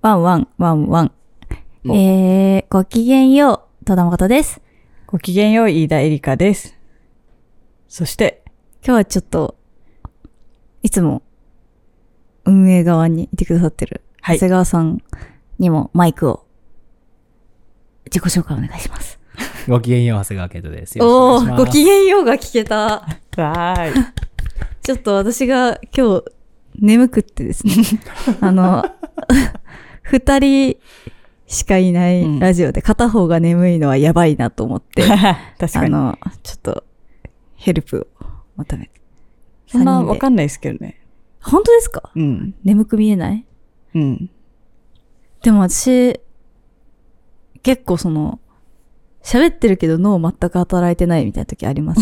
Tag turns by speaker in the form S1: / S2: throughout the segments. S1: ワンワン、ワンワン。
S2: お
S1: えー、ごきげんよう、戸田誠です。
S3: ごきげんよう、飯田エリカです。そして、
S1: 今日はちょっと、いつも、運営側にいてくださってる、
S3: はい
S1: 長谷川さんにもマイクを、自己紹介お願いします。
S2: ごきげんよう、長谷川圭人です。
S1: お
S2: よろしくお願いし
S1: ー、
S2: ます
S1: ごきげんようが聞けた。
S3: わーい。
S1: ちょっと私が今日眠くってです ね。あの、二人しかいないラジオで片方が眠いのはやばいなと思って、
S3: 確か
S1: あ
S3: に。
S1: の、ちょっとヘルプを求めて。
S3: そんな
S1: 三人で
S3: わかんないですけどね。
S1: 本当ですか
S3: うん。
S1: 眠く見えない
S3: うん。
S1: でも私、結構その、喋ってるけど脳全く働いてないみたいな時あります。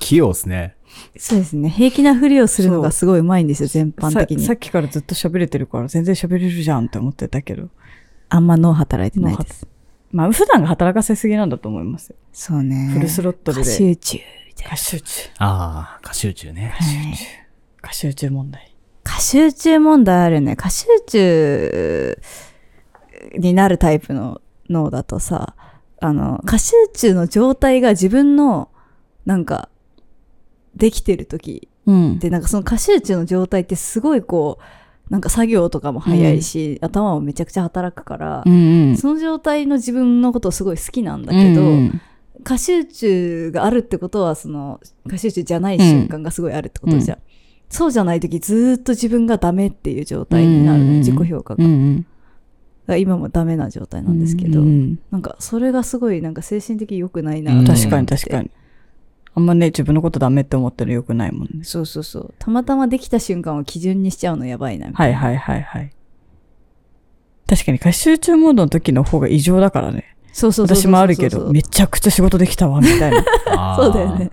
S2: 器用ですね。
S1: そうですね。平気なふりをするのがすごい上手いんですよ、全般
S3: さ
S1: 的に
S3: さ。っきからずっと喋れてるから全然喋れるじゃんって思ってたけど。
S1: あんま脳働いてないです。
S3: まあ普段が働かせすぎなんだと思いますよ。
S1: そうね。
S3: フルスロットル
S1: 過
S3: で。
S1: 集中みたいな。
S3: 過集中。
S2: ああ、歌集中ね。
S1: はい
S3: 過集中問題。
S1: 過集中問題あるね。過集中になるタイプの脳だとさ、あの、過集中の状態が自分の、なんか、できてる時
S3: うん。
S1: で、なんかその過集中の状態ってすごいこう、なんか作業とかも早いし、頭もめちゃくちゃ働くから、
S3: ん
S1: その状態の自分のことをすごい好きなんだ
S3: だ
S1: けど、過集中があるってことはその過集中じゃない瞬間がすごいあるってことじゃん、そうじゃない時ずーっと自分がダメっていう状態になる、
S3: うんうんうん
S1: 自己評価が,、
S3: ん。
S1: 今もダメな状態なんですけど、
S3: うん
S1: なんかそれがすごいなんか精神的に良くないな
S2: うん
S1: と思って
S3: 確かに確かに。あんまね、自分のことダメって思ってるのよくないもんね。
S1: そうそうそうたまたまできた瞬間を基準にしちゃうのやばいなみた
S3: はいい
S1: な、
S3: はいはいはい。確かに、過集中モードの時の方が異常だからね。
S1: そうそうそうそう
S3: 私もあるけど、めちゃくちゃ仕事できたわ、みたい な。
S2: あー
S1: そうだよね。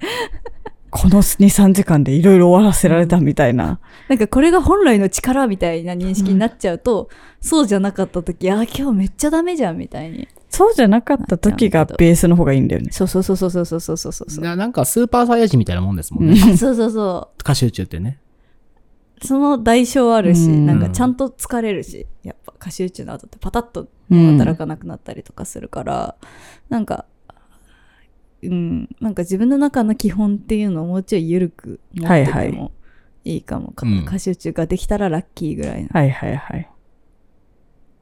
S3: この2、3時間でいろいろ終わらせられたみたいな。
S1: なんかこれが本来の力みたいな認識になっちゃうと、そうじゃなかった時あー今日めっちゃダメじゃんみたいに
S3: そうじゃなかった時がベースの方がいいんだよね。
S1: そうそうそうそうそうそうそうそうそうそう
S2: ななんかスーパーサイヤ人みたいなもんですもん
S3: う
S2: ね。
S1: そうそうそう
S2: 歌集中ってね。
S1: その代償あるし、
S3: うん
S1: なんかちゃんと疲れるし、やっぱ過集中の後ってパタッと働かなくなったりとかするから、なんか、うん、なんか自分の中の基本っていうのをもうちょい緩く持って
S3: は
S1: て
S3: い
S1: も
S3: はい
S1: いかも。
S2: うん
S1: 過集中ができたらラッキーぐらいな。
S3: はいはいはい。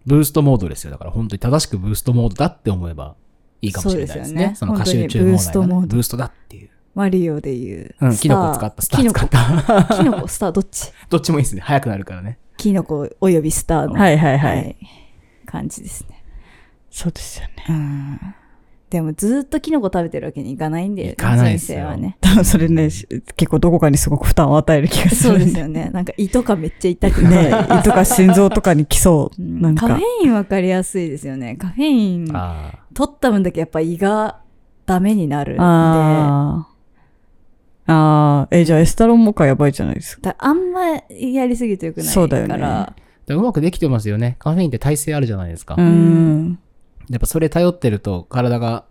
S2: ブーストモードですよ。だから本当に正しくブーストモードだって思えばいいかもしれないですね。
S1: そ
S2: そう
S1: ですよね
S2: の歌集中
S1: 本当にブ
S2: 問
S1: ーストモー
S2: 題
S1: ド
S2: がね。ブーストだっていう。
S1: マリオでいう、
S2: うん、
S1: ス
S2: キ
S1: タ
S2: ノ
S1: ー
S2: コ使った、スター使った。
S1: キノコ、スター、どっち
S2: どっちもいいですね。早くなるからね。
S1: キノコおよびスターの、
S3: はいはいはい。
S1: はい感じですね。
S3: そうですよね。
S1: うん。でもずっとキノコ食べてるわけにいかないんで、
S2: いかないで
S1: 人
S2: すよ
S1: 生はね。
S3: 多 分それね、し結構どこかにすごく負担を与える気がす
S1: そうで
S3: るん
S1: すよ ね。なんか胃とかめっちゃ痛くな る。
S3: ね胃とか心臓とかに来そう。
S1: うん
S3: なん
S1: カ
S3: か
S1: フェ。インわかりやすいですよね。カフェイン
S2: ああ。
S1: 取った分だけやっぱ胃がダメになるんで、だ
S3: ああ。ああ。え、じゃあエスタロンもかやばいじゃないですか。
S1: あんまやりすぎてよくない
S3: そうだよね
S1: から、
S2: だからうまくできてますよね。カフェインって耐性あるじゃないですか。
S3: う
S2: や
S3: ん。
S2: っぱそれ頼ってると体が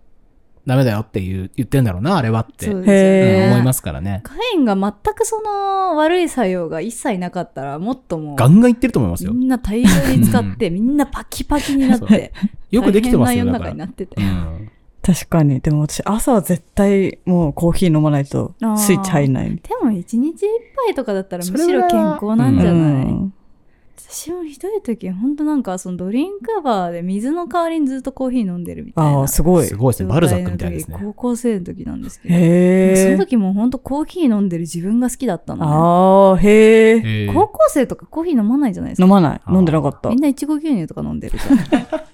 S2: ダメだよっていう言ってんだろうな、あれはって、
S1: そう
S2: うん
S1: ですよね
S3: へー
S2: 思いますからね。
S1: カフェインが全くその悪い作用が一切なかったら、もっともう、
S2: ガンガンいってると思いますよ。
S1: みんな大量に使って、みんなパキパキになって、
S2: よくできてます
S1: 大
S2: よ、
S1: 変な世の
S2: だか
S1: 中
S2: ら。
S1: になってて
S2: う。ん、
S3: 確かに。でも私、朝は絶対もうコーヒー飲まないと
S1: あー
S3: スイッチ入んない。
S1: でも一日一杯とかだったら
S2: そ
S1: む
S2: れ
S1: し
S2: ぐら
S1: ろ
S2: い
S1: 健
S2: は
S1: 康なんじゃない、
S3: うん
S1: 私もひどい時ほんとなんかそのドリンクバーで水の代わりにずっとコーヒー飲んでるみたいな
S3: ああ、すごい
S2: す。ごいですね。バルザックみたいです
S1: 状態
S2: ね。
S1: の時高校生の時なんですけど、そ
S3: へ
S1: の
S3: え。
S1: 時もうほんとコーヒー飲んでる自分が好きだったの、ね、
S3: ああ、へ
S2: え
S3: え。
S2: ー
S1: 高校生とかコーヒー飲まないじゃないです
S3: 飲
S1: か
S3: まない。
S2: あー
S3: 飲んでなかった。
S1: みんなイチゴ牛乳とか飲んでるじゃん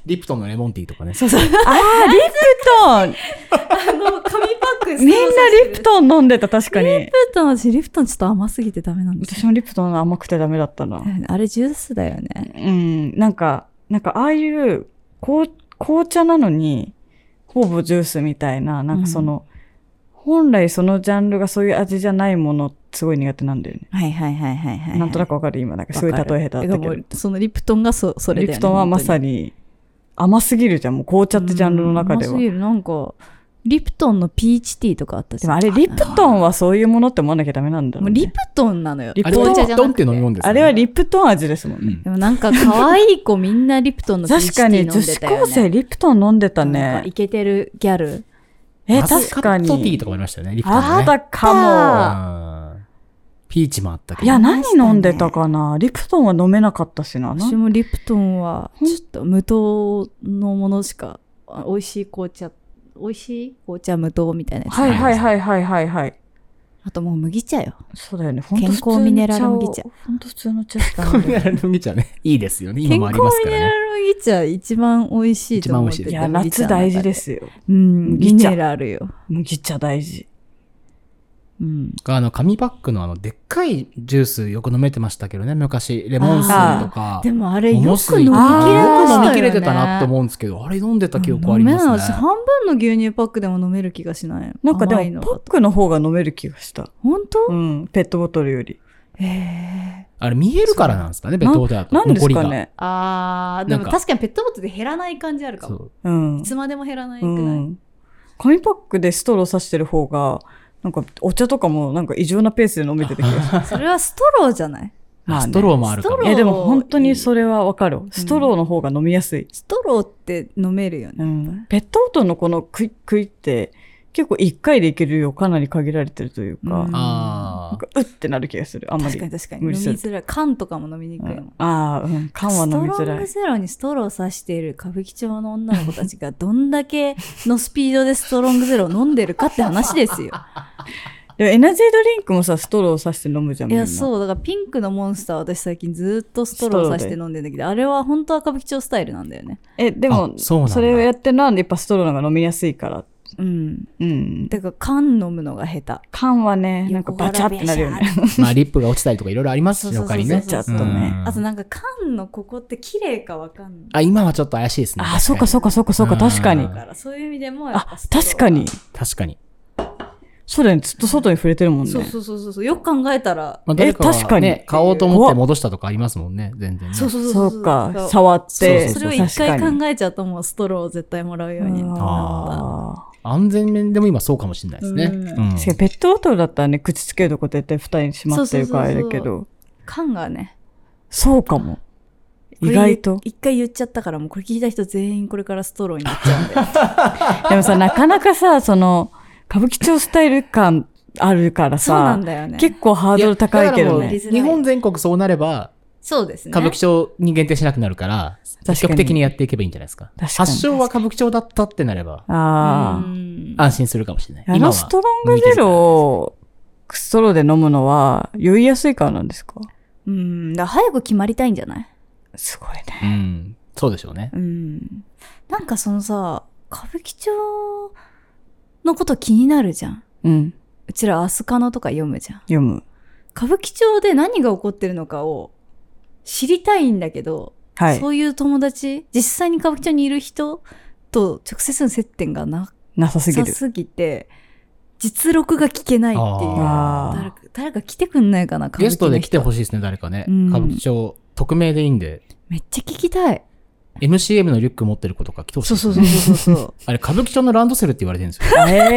S2: リプトンのレモンティーとかね。
S3: ああ、リプ
S1: あの紙パック
S3: トンみんなリプ
S1: ン
S3: トン飲んでた、確かに。
S1: リプトン私リプトンちょっと甘すぎてダメなんです
S3: 私もリプトン甘くてダメだったな。
S1: あれジュースだよね
S3: うん。なんか、なんかああいう、紅紅茶なのに、ほぼジュースみたいな、なんかその、本来そのジャンルがそういう味じゃないもの、すごい苦手なんだよね。
S1: はいはいはいはいはい、
S3: なんとなくわかる今、なんかすごい例え下手だったけど。
S1: どそのリプトンがそそれだよね
S3: リプトンはまさ
S1: に
S3: に甘すぎるじゃん。もう紅茶ってジャンルの中で
S1: うん甘
S3: は
S1: す。ぎるなんかリプトンのピーチティーとかあったじ
S3: で
S1: ゃん
S3: もあれ、リプトンはそういうものって思わなきゃダメなんだ
S1: もう
S3: ろう、
S1: リ
S3: ね
S1: プ。トンなのよ。
S3: リ
S2: あ
S3: プ
S2: れ
S3: トン
S1: 紅茶じゃ
S2: ドン
S1: な
S2: っ
S1: く
S2: て飲み物ですよ
S3: あ
S2: ね
S3: れはリプトン味ですもん
S2: う
S3: ね。
S2: ん
S1: でもなんか可愛い子みんなリプトンのピーチ
S3: 確
S1: ティ
S3: か
S1: ー飲ん
S3: に
S1: でたよ、ね。
S3: 女子高生リプトン飲んでた
S1: なんか
S3: ね
S1: イ。ケてるギャル。
S3: え、
S2: マス
S3: 確
S2: カ
S3: か
S2: ットティー
S3: に
S2: と。かもありましたよね、リプトン
S3: あ
S2: の
S3: っ
S2: ね。
S3: たか
S2: うんピーチもあったけど。
S3: も。いや、何飲んで
S1: ありました
S3: た
S1: ね
S3: かなリプトンは飲めなかったしな。な
S1: 私もリプトンは、ちょっと無糖のものしか、あ美味しい紅茶、美味しい紅茶無糖みたいなやつ。
S3: はいはいはいはいはいはい。
S1: あともう麦茶よ。
S3: そうだよね。ほんと
S1: 健
S3: 普通
S1: 康
S3: の
S1: ミネラル麦
S3: を
S1: 茶。。
S3: ほんと普通の茶しか飲
S2: コ
S3: ん
S2: ミ
S3: で
S2: ネ
S3: ない
S2: ラル麦茶ね。いいですよね。今
S1: 健
S2: もあ
S1: 康
S2: ります
S1: ミ
S2: か
S1: ネ
S2: らね。
S1: ラル麦茶一番美味しいと思ってて
S2: 一
S3: いや、
S1: 麦茶の
S3: 夏
S1: 中
S3: 大事ですよ。
S1: うん、ミ
S3: 麦茶
S1: ネラルよ。
S3: 麦茶大事。
S1: うん。
S2: あの、紙パックのあの、でっかいジュースよく飲めてましたけどね、昔。レモン水とか。
S1: でもあれ
S2: お
S1: よ
S2: も
S1: く
S2: す
S1: 飲み切れ
S2: いと
S1: ま
S2: か
S1: したよ、ね。
S2: よく飲み切れてたなって思うんですけど、あれ飲んでた記憶あり
S1: 飲め
S2: ま
S1: ない
S2: す
S1: 私
S2: ね。
S1: 半分の牛乳パックでも飲める気がしない。
S3: なんかで
S1: 甘い
S3: も、
S1: の
S3: パッ
S1: だと
S3: クの方が飲める気がした。
S1: 本当、
S3: うん。ペットボトルより。
S1: へえ。
S2: あれ見えるからなんですかね、ペットボトルだと。
S3: なんです
S2: 残り
S3: か
S2: が。
S3: ね。
S1: あー、でも
S2: なんか
S1: 確かにペットボトルで減らない感じあるか
S2: そ
S1: も。
S2: う。
S3: うん
S1: い。つまでも減らないく
S3: う
S1: ない、
S3: ん。紙パックでストローさしてる方が、なんかお茶とかもなんか異常なペースで飲めてた気がす
S1: そ
S3: る。
S1: れはストローじゃない
S3: まあね
S2: ストローもあるか
S1: スト
S2: も
S1: ロー
S3: え、でも本当にそれはわかる。ストローの方が飲みやすい。
S1: ストローって飲めるよ
S3: う
S1: ね。
S3: ん。ペットボトルのこのクイックイって、結構一回でいける量かなり限られてるというか、
S1: うん
S3: なん
S2: ああ
S3: か。うってなる気がする。あんま
S1: 確
S3: り。
S1: かに確かに。飲
S3: 無
S1: み
S3: 理する
S1: づらい。缶とかも飲みにくいもん。
S3: うんああ、うん。缶は飲みづ
S1: ストロン
S3: ら
S1: グ
S3: い。
S1: ゼロにストローを刺している歌舞伎町の女の子たちがどんだけのスピードでストロングゼロを飲んでるかって話ですよ。
S3: でもエナジードリンクもさ、ストローさして飲むじゃ
S1: い
S3: ん。みん
S1: や、
S3: な
S1: そう、だからピンクのモンスターは私最近ずっとストローを刺して飲んでんだけど、あれは本当は歌舞伎町スタイルなんだよね。
S3: え、でも、
S2: あそう
S3: そ
S2: なんだ
S3: れをやってるのは、やっぱストローの方が飲みやすいから。
S1: うん。
S3: うん。
S1: てか缶飲むのが下手。
S3: 缶はね、なんか
S1: 横か
S3: バ
S1: ら
S3: チャってなるよ
S1: ビ
S3: ね
S1: シ。
S2: まあ、リップが落ちたりとかいろいろありますしね、他にね。
S3: ちょっとね
S2: うん
S1: あとなんか缶のここって綺麗かわかんない。
S2: あ、今はちょっと怪しいですね。
S3: ああ、そうかそうかそうかそうか、
S2: うん
S3: 確か
S2: う
S3: に
S1: だ。からそういう意味でもやっぱ
S3: あ
S1: ス、トロー
S3: 確かに。。
S2: 確かに。
S3: そうだよね、ずっと外に触れてるもんね。
S1: そうそうそうそう。よく考えたら。
S2: まあ、誰
S3: え
S2: かが、ね、
S3: 確かに
S2: 買おうと思って戻したとかありますもんね、全然、ね。
S1: そうそうそう
S3: そう
S1: だら
S3: か、触っ
S1: そう
S3: て。
S1: それを一回
S3: 確かに
S1: 考えちゃうともうストローを絶対もらうようになった。
S3: あ
S2: 安全面でも今そうかもしれないですね。
S1: う
S2: うん
S3: ー確かにペットボトルだったらね、口つけるとこ絶対蓋にしまってるからあれだけ
S1: そうそう
S3: ど。
S1: 缶がね、
S3: そうかも。
S1: これ
S3: 意外と。
S1: 一回言っちゃったからもうこれ聞いた人全員これからストローになっちゃうんで。
S3: でもさ、なかなかさ、その、歌舞伎町スタイル感あるから
S1: そうなん
S3: さ、
S1: だよね。
S3: 結構ハードル高いけど
S2: やだからも
S3: ね
S2: う。日本全国そうなれば、
S1: そうですね。
S2: 歌舞伎町に限定しなくなるから、
S3: かに
S2: 積極的にやっていけばいいんじゃないですか。
S3: かに
S2: 発祥は歌舞伎町だったってなれば、
S3: ああ。
S1: うん
S2: 安心するかもしれない。
S3: あ
S2: 今
S3: の
S2: は
S3: ストロングゼロをストローで飲むのは酔いやすいからなんですか
S1: うん、だから早く決まりたいんじゃない
S3: すごいね。
S2: うん。そうでしょうね。
S1: うん。なんかそのさ、歌舞伎町のこと気になるじゃん。
S3: うん。
S1: うちらアスカノとか読むじゃん。
S3: 読む。
S1: 歌舞伎町で何が起こってるのかを知りたいんだけど、
S3: はい
S1: そ。ういう友達、実際に歌舞伎町にいる人と直接の接点がな
S3: なさすぎ
S1: さ
S3: る。
S1: すぎて、実録が聞けないっていう。
S3: あ
S1: 誰か誰か来てくんないかな歌舞伎
S2: ゲ
S1: の
S2: ス
S1: 人
S2: トで来てほしいですね、誰かね。
S1: うん
S2: 歌舞伎町、匿名でいいんで、
S1: めっちゃ聞きたい。
S2: MCM のリュック持ってる子とか来てほしい
S1: そう
S2: です
S1: そ
S2: ね、
S1: うそうそうそう。
S2: あれ、歌舞伎町のランドセルって言われてるんですよ。
S1: ピンクの
S3: え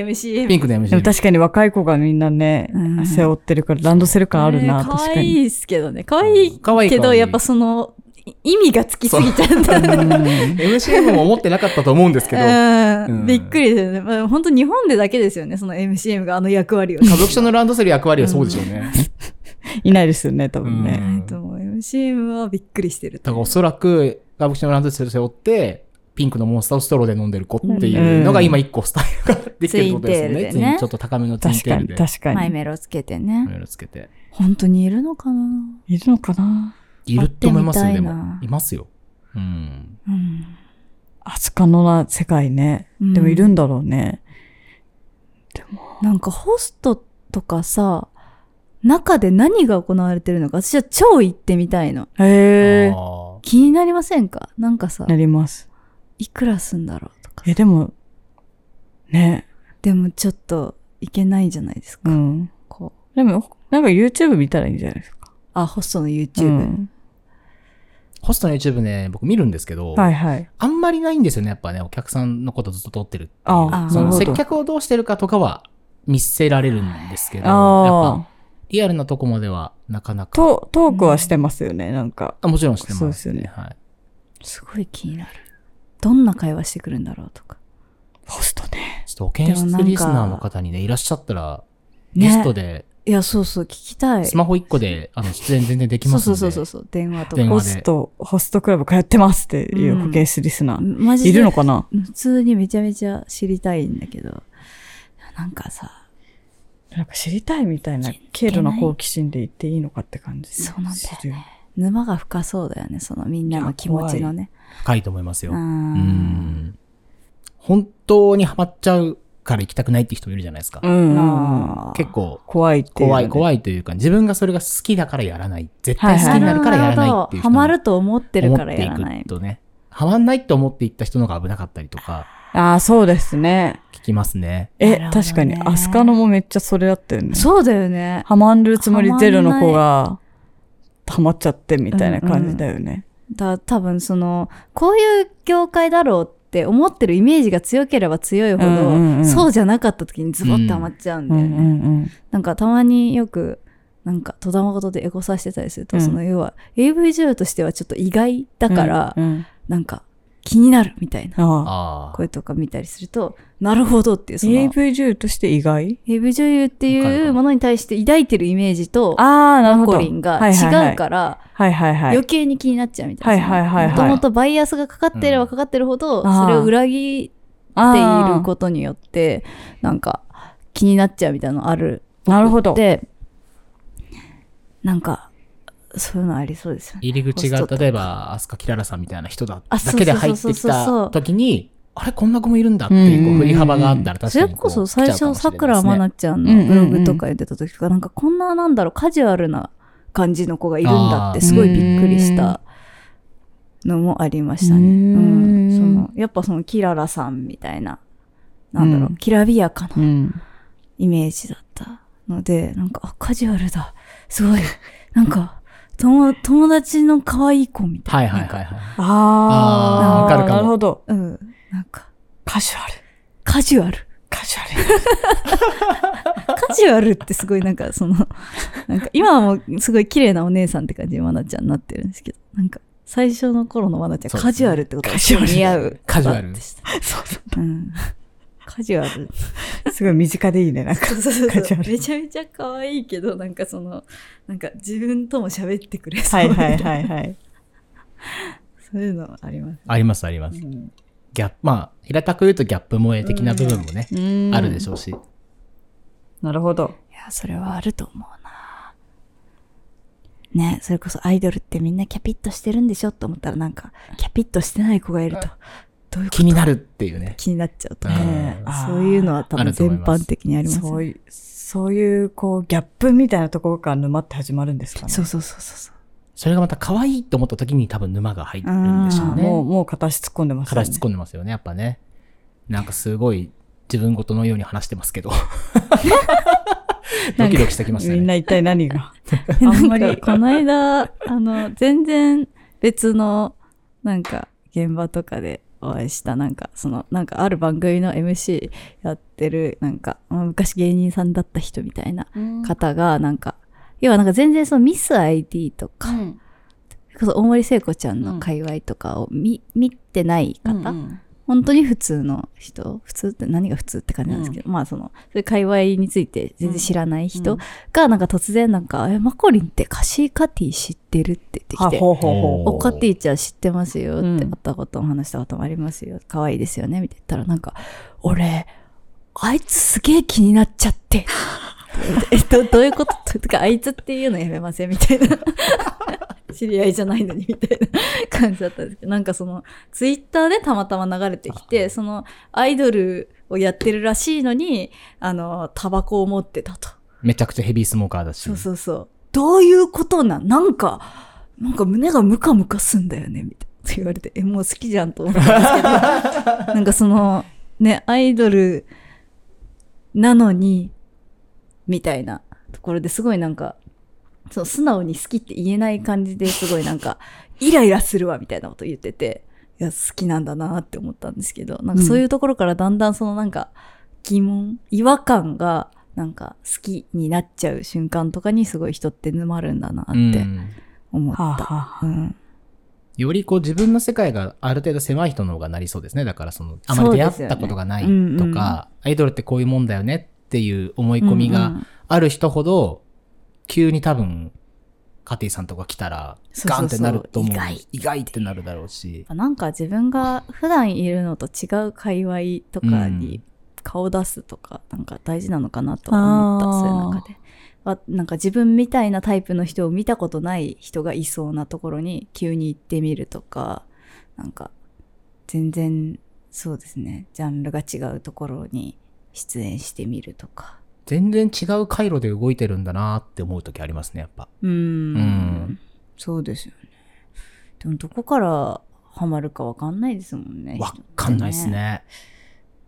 S3: え
S1: MCM。
S2: ピンクの
S3: ー。で
S2: MC
S3: も。確かに若い子がみんなね
S1: うん、
S3: 背負ってるからランドセル感あるな、
S1: 可
S3: 確か
S1: 愛
S3: に。
S1: いですけどね。可愛い
S2: 可愛い
S1: け
S2: 可
S1: ど、
S2: 愛い
S1: やっぱその、い意味がつきすぎちゃうんだよね。
S3: うん
S2: MCM も思ってなかったと思うんですけど、歌
S1: う
S2: うんん
S1: びっくりですよね。まあ、本当日本でだけですよね、その MCM があの役割を。
S2: 舞伎町のランドセル役割はそうでしょうね。
S3: いないですよね、多
S2: う
S3: 分ね。
S1: え
S2: ん
S1: っと、MCM はびっくりしてる
S2: だから
S1: と。
S2: おそらく、歌舞伎町のランドセル背負って、ピンクのモンスターをストローで飲んでる子っていうのが今一個スタイルができてるってことですよ
S1: ツインテール
S2: ね。
S1: でね
S2: ツインちょっと高めのツイン
S3: 確
S2: テ
S3: か
S2: ール
S3: に、
S2: で。
S3: 確か
S1: マイ
S3: に。
S1: メロつけてね。
S2: いろいろつけて。
S1: 本当にいるのかない
S3: るのかない
S2: ると思いますよ、
S1: 会っ
S2: で
S1: てみたいな
S2: も。いますよ。うん。
S1: うん。
S3: アスカのな世界ね。でもいるんだろうね。
S1: なんかホストとかさ、中で何が行われてるのか、私は超行ってみたいの。
S3: へえ
S2: あ。ー
S1: 気になりませんかなんかさ
S3: な、ります。
S1: いくらすんだろうとか。
S3: え、でも、ね。
S1: でもちょっと、いけないじゃないです
S3: う
S1: か。
S3: ん。
S1: こう。
S3: でも、なんか YouTube 見たらいいんじゃないですか。
S1: あ、ホストの YouTube。
S3: うん
S2: ホストの YouTube ね、僕見るんですけど、
S3: はいはい。
S2: あんまりないんですよね、やっぱね、お客さんのことずっと撮ってるっていう
S3: あ
S1: あ
S2: そ
S1: なる
S2: の
S1: ほど
S2: 接客をどうしてるかとかは見せられるんですけど、やっ
S3: あ
S2: ぱリアルなとこまではなかな
S3: あ。
S2: か。
S3: と、トークはしてますよね、なんか。
S2: あもちろんしてます、
S3: そうですよね
S2: はい。
S1: すごい気になる。どんな会話してくるんだろうとか。
S3: ホストね。
S2: ちょっと保健室リスナーの方にね、いらっしゃったら、ゲストで、
S1: いや、そうそう、聞きたい。
S2: スマホ1個で、あの、出演全然でき
S1: そ
S2: ま
S1: う
S2: す
S1: そう
S2: んで。
S1: そうそうそう、電話と
S2: 電
S1: か。
S3: ホ
S2: 話
S3: ス
S2: で。
S3: ト、ホストクラブ通ってますっていう
S1: うん
S3: 保健室リスナー。
S1: マジで
S3: いるのかな
S1: 普通にめちゃめちゃ知りたいんだけど。なんかさ、
S3: なんか知りたいみたいな、軽度な好奇心で言っていいのかって感じ。
S1: そうなんだよね。沼が深そうだよね、そのみんなの気持ちのね。
S2: 深いと思いますよ。
S1: う。
S2: うんん。本当にハマっちゃうから行きたくないって人もいるじゃないですか
S3: 知。る。うんうんうん。
S1: あー
S2: 結構、
S3: 怖いっていう、
S2: 怖い、
S3: い。
S2: 怖いというか、自分がそれが好きだからやらない。絶対好きになるからやらないっていう人
S1: ハ
S2: も
S1: マると思ってる
S2: 思
S1: か
S2: っ
S1: ら
S2: てい
S1: やらない
S2: く。とね。ハマんないと思っていった人の方が危なかったりとか、
S3: ああ、そうですね。
S2: 聞きますね。
S1: な
S3: え、
S1: るほどね
S3: 確かに、アスカノもめっちゃそれだったよね。
S1: そうだよね。
S3: ハマるつもりゼロの子が、ハマっちゃってみたいな感じだよね。
S1: だ多分そのこういう業界だろうって思ってるイメージが強ければ強いほど、
S3: うんうんうん
S1: そうじゃなかった時にズボってハマっちゃうん
S3: う
S1: だ
S3: ん
S1: よ
S3: う
S1: ね、
S3: んうん。
S1: なんかたまによくなんか戸田誠でエゴサしてたりすると、
S3: うん
S1: その要は AV 女優としてはちょっと意外だから、
S3: うんうん
S1: なんか気になるみたいな
S3: ああ
S2: ああ。
S1: 声とか見たりするとなるほどっていうその
S3: AV 女優として意外
S1: AV 女優っていうものに対して抱いてるイメージと
S3: ああ、なるほ
S1: コ
S3: ど。
S1: リンが違うから
S3: はいはいはい。
S1: 余計に気になっちゃうみたいな。
S3: はいはいはいは
S1: も
S3: い
S1: ともとバイアスがかかっていればかかってるほど、
S3: うん
S1: それを裏切っていることによって、なんか気になっちゃうみたいなのある。
S3: と。なるほど。
S1: で、なんか、そういうのありそうですよね。
S2: 入り口が
S1: ホストとか
S2: 例えば、アスカキララさんみたいな人だ
S1: あ
S2: だけで入ってき
S1: そうそうそうそう
S2: た時に、あれこんな子もいるんだっていうこ
S3: うんうんう
S2: うん振り幅があったら確
S1: そ
S2: か
S1: れ
S2: に
S1: こ
S2: う
S1: そ最初、さくらま
S2: な
S1: なちゃんのブログとか言ってた時とか、なんかこんななんだろう、カジュアルな感じの子がいるんだってすごいびっくりしたのもありましたね。
S3: う
S1: うんん、そのやっぱそのキララさんみたいな、なんだろう、
S3: うん
S1: きらびやかな
S3: うん。
S1: イメージだったので、なんか、あカジュアルだ。すごい。 なんか、友友達の可愛い子みた
S2: はいい
S1: な。
S2: はい
S1: なん
S2: はい
S1: か
S2: はい。
S3: あ
S2: あー
S3: あ、
S2: わかるかも
S3: なるほど。
S1: うん。なんか、
S3: カジュアル。
S1: カジュアル。
S3: カジュアル。
S1: カジュアルってすごいなんか、その、 なんか、今はもうすごい綺麗なお姉さんって感じにまなちゃんになってるんですけど、なんか、最初の頃のまなちゃん、
S2: そうです
S1: カ
S2: ね
S1: ジュアルってことがすごい似合う。
S2: カジュアル
S1: でした。うん。カジュアル。
S3: すごい身近でいいね、なんか。
S1: そうそうそう
S3: カジュアル
S1: めちゃめちゃ可愛いけどなんかそのなんか自分とも喋ってくれそう
S3: はいはい
S1: みた
S3: はい
S1: ない
S3: はい。
S1: そういうのあります
S2: ありますあります。ギャップ、まあ、平たく言うとギャップ萌え的な部分もね、あるでし
S3: ょ。
S2: ょうし。
S3: なるほど。
S1: いやそれはあると思うなねそれこそアイドルってみんなキャピッとしてるんでしょと思ったらなんかキャピッとしてない子がいるとどういうこと
S2: 気になるっていうね。
S1: 気になっちゃうと
S2: うん
S1: 思う
S3: ねえあー
S1: そういうのは多
S2: あ
S1: 分
S2: ると思
S1: 全
S2: います
S1: 般的にありますね
S3: そういう、そういう、こう、ギャップみたいなところから沼って始まるんですかね。
S1: そうそうそう そうそう
S2: それがまた可愛いと思った時に多分沼が入ってるんでしょ
S1: あ
S2: う
S1: ー
S2: ね。
S3: もう、もう形突っ込んでますよね。
S2: 形突っ込んでますよね、やっぱね。なんかすごい自分事のように話してますけ ど。ドキドキしてきました
S3: みんな
S2: ね。
S3: 一体何 が。あ
S1: なんん
S3: まり
S1: か、この間、あの、全然別の、なんか、現場とかでお会いした、なんか、その、なんかある番組の MC やってる、なんか、まあ昔芸人さんだった人みたいな方が、なんか、要はなんか全然そのミス ID とか、
S3: うん
S1: それこそ大森聖子ちゃんの界隈とかを見,、見てない方、
S3: うん
S1: 本当に普通の人普通って何が普通って感じなんですけど、まあそのそういう界隈について全然知らない人がなんか突然なんか「えマコリンってカシーカティ知ってる?」って言
S3: あ、
S1: ってきて「
S3: ほうほうほ
S1: おカティちゃん知ってますよ」って、
S3: うん
S1: 会ったことも話したこともありますよ可愛いですよねみたいな言ったらなんか「俺あいつすげえ気になっちゃって」えどどういうこととか「あいつっていうのやめません」みたいな知り合いじゃないのにみたいな感じだったんですけどなんかそのツイッターでたまたま流れてきてそのアイドルをやってるらしいのにあのタバコを持ってたと
S2: めちゃくちゃヘビースモーカーだし。
S1: そうそうそうどういうことなんなんかなんか胸がムカムカすんだよねみたいな言われてえもう好きじゃんと思ったんですけどなんかそのねアイドルなのにみたいなところですごいなんかそう素直に好きって言えない感じですごいなんかイライラするわみたいなこと言ってて、いや、好きなんだなって思ったんですけど、なんかそういうところからだんだんそのなんか疑問、違和感がなんか好きになっちゃう瞬間とかにすごい人って沼るんだなっ
S2: うん
S1: て思っ
S3: はあ
S1: た。
S3: は
S1: う
S3: あは
S1: ん
S2: よりこう自分の世界がある程度狭い人の方がなりそうですね。だからその、あまり出会ったことがないとか、
S1: そうですよねうんうん
S2: アイドルってこういうもんだよねっていう思い込みがある人ほど、急に多分、カティさんとか来たら、
S1: そうそう
S2: ガ
S1: そう
S2: ンってなると思う。
S1: 意外
S2: 意外ってなるだろうし。
S1: なんか自分が普段いるのと違う界隈とか
S2: うん
S1: に顔出すとか、なんか大事なのかなと思った、
S3: あー
S1: そういう中で。わなんか自分みたいなタイプの人を見たことない人がいそうなところに急に行ってみるとか、なんか全然そうですね、ジャンルが違うところに出演してみるとか。
S2: 全然違う回路で動いてるんだなって思う時ありますね、やっぱ。
S1: うーん
S2: うん
S1: そうですよね。でもどこからハマるかわかんないですもんね。
S2: わかんないです
S1: 人って。
S2: ね。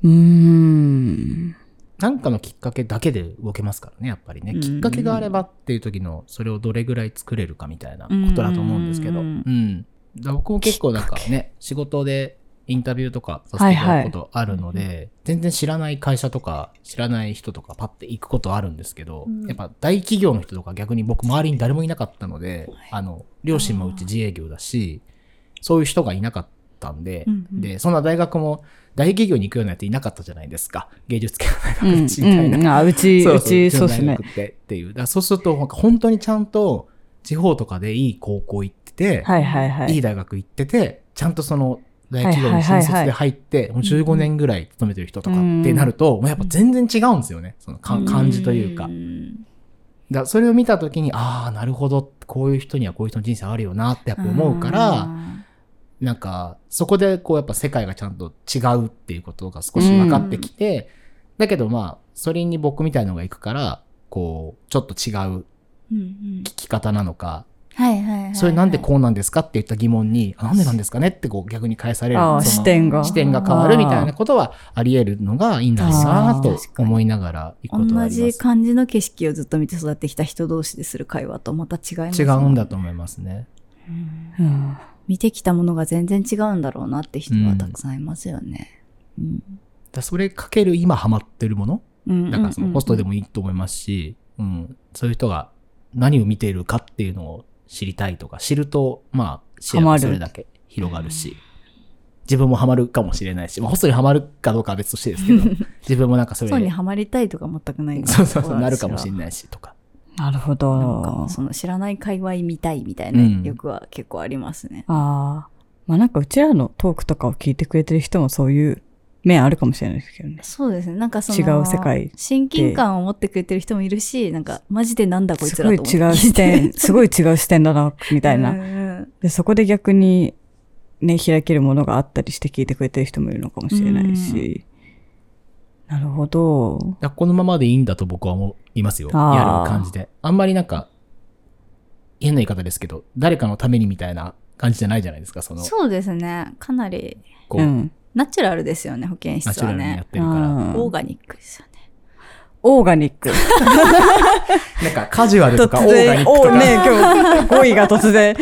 S3: うーん。
S2: なんかのきっかけだけで動けますからね、やっぱりね。
S1: うん
S2: きっかけがあればっていう時の、それをどれぐらい作れるかみたいなことだと思うんですけど。
S1: う
S2: うんんだから僕も結構なんかね、仕事でインタビューとかさせていただくことあるので、全然知らない会社とか、知らない人とかパッて行くことあるんですけど、
S1: うん
S2: やっぱ大企業の人とか逆に僕周りに誰もいなかったので、あの、両親もうち自営業だし、そういう人がいなかったんで、
S1: うんうん
S2: で、そんな大学も大企業に行くようなやついなかったじゃないですか。芸術系の大学
S3: うん
S2: みたいな。
S3: うんあうち、
S2: そう
S3: う
S2: そう
S3: ち、そうです
S2: う
S3: ね
S2: ちの大。学ってっていう。だからそうすると、なんか本当にちゃんと地方とかでいい高校行ってて、、
S3: はいはいはい
S2: い
S3: い。
S2: 大学行ってて、ちゃんとその大企業に新卒で入って、もう15年ぐらい勤めてる人とかってなると、もうやっぱ全然違うんですよね。そのか感じというか。
S1: ん
S2: だからそれを見たときに、ああ、なるほど、こういう人にはこういう人の人生あるよなってやっぱ思うから、
S1: あ
S2: なんか、そこでこうやっぱ世界がちゃんと違うっていうことが少し分かってきて、だけどまあ、それに僕みたいのが行くから、こう、ちょっと違う
S1: ーうんうん
S2: 聞き方なのか、
S1: はいはいはいはい
S2: それなんでこうなんですかって言った疑問に、あなんでなんですかねってこう逆に返される。
S3: ああ、
S2: その
S3: 視点が。
S2: 視点が変わるみたいなことはあり得るのがいいんだろうなと思いながら行くことはあ
S1: 同
S2: りま
S1: じ
S2: す。
S1: 感じの景色をずっと見て育ってきた人同士でする会話とまた違います
S2: 違
S1: も
S2: うんだと思いますね。
S1: うん
S3: うん
S1: 見てきたものが全然違うんだろうなって人はたくさんいますよね。うん
S2: だからそれかける今ハマってるもの
S1: うん
S2: だからそのホストで
S1: も
S2: もいいと思いますし、うん、そういう人が何を見ているかっていうのを知りたいとか、知ると、まあ、視野
S3: ハマ
S2: が
S3: る
S2: それだけ広がるし、自分もハマるかもしれないし、まあ、ホストにハマるかどうかは別としてですけど、自分もなんかそれ
S1: そうに
S2: に、
S1: ハマりたいとか全くない
S2: そうそうそう、なるかもしれ
S1: ない
S2: ないしとか。
S3: なるほ
S1: なんかも
S3: ど
S1: う。その知らない界隈見たいみたいな
S2: うん
S1: 欲は結構ありますね。
S3: ああ。まあなんかうちらのトークとかを聞いてくれてる人もそういう面あるかもしれないですけどね。
S1: そうですね。なんかその
S3: 違う世界。
S1: 親近感を持ってくれてる人もいるし、なんかマジでなんだこいつ
S3: す
S1: ら
S3: ご
S1: と
S3: い
S1: 思って
S3: 違う視点、すごい違う視点だな、みたい
S1: うん
S3: な。
S1: うん
S3: で、そこで逆にね、開けるものがあったりして聞いてくれてる人もいるのかもしれないし。なるほど。
S2: だからこのままでいいんだと僕は思いますよ。や
S3: あー
S2: る感じで。あんまりなんか、変な言い方ですけど、誰かのためにみたいな感じじゃないじゃないですか、その、
S1: そうですね。かなり
S2: こう、
S3: ん。
S1: ナチュラルですよね、保健
S2: ナチ
S1: 室
S2: ュラ
S1: は
S2: ルにやっ
S1: ね。
S2: てるから。
S3: うん
S1: オーガニックですよね。
S3: オーガニック。
S2: なんかカジュアルとかオ
S3: 突
S2: ーガニック
S3: 然、
S2: と
S3: お
S2: か。
S3: ね、今日語彙が突然、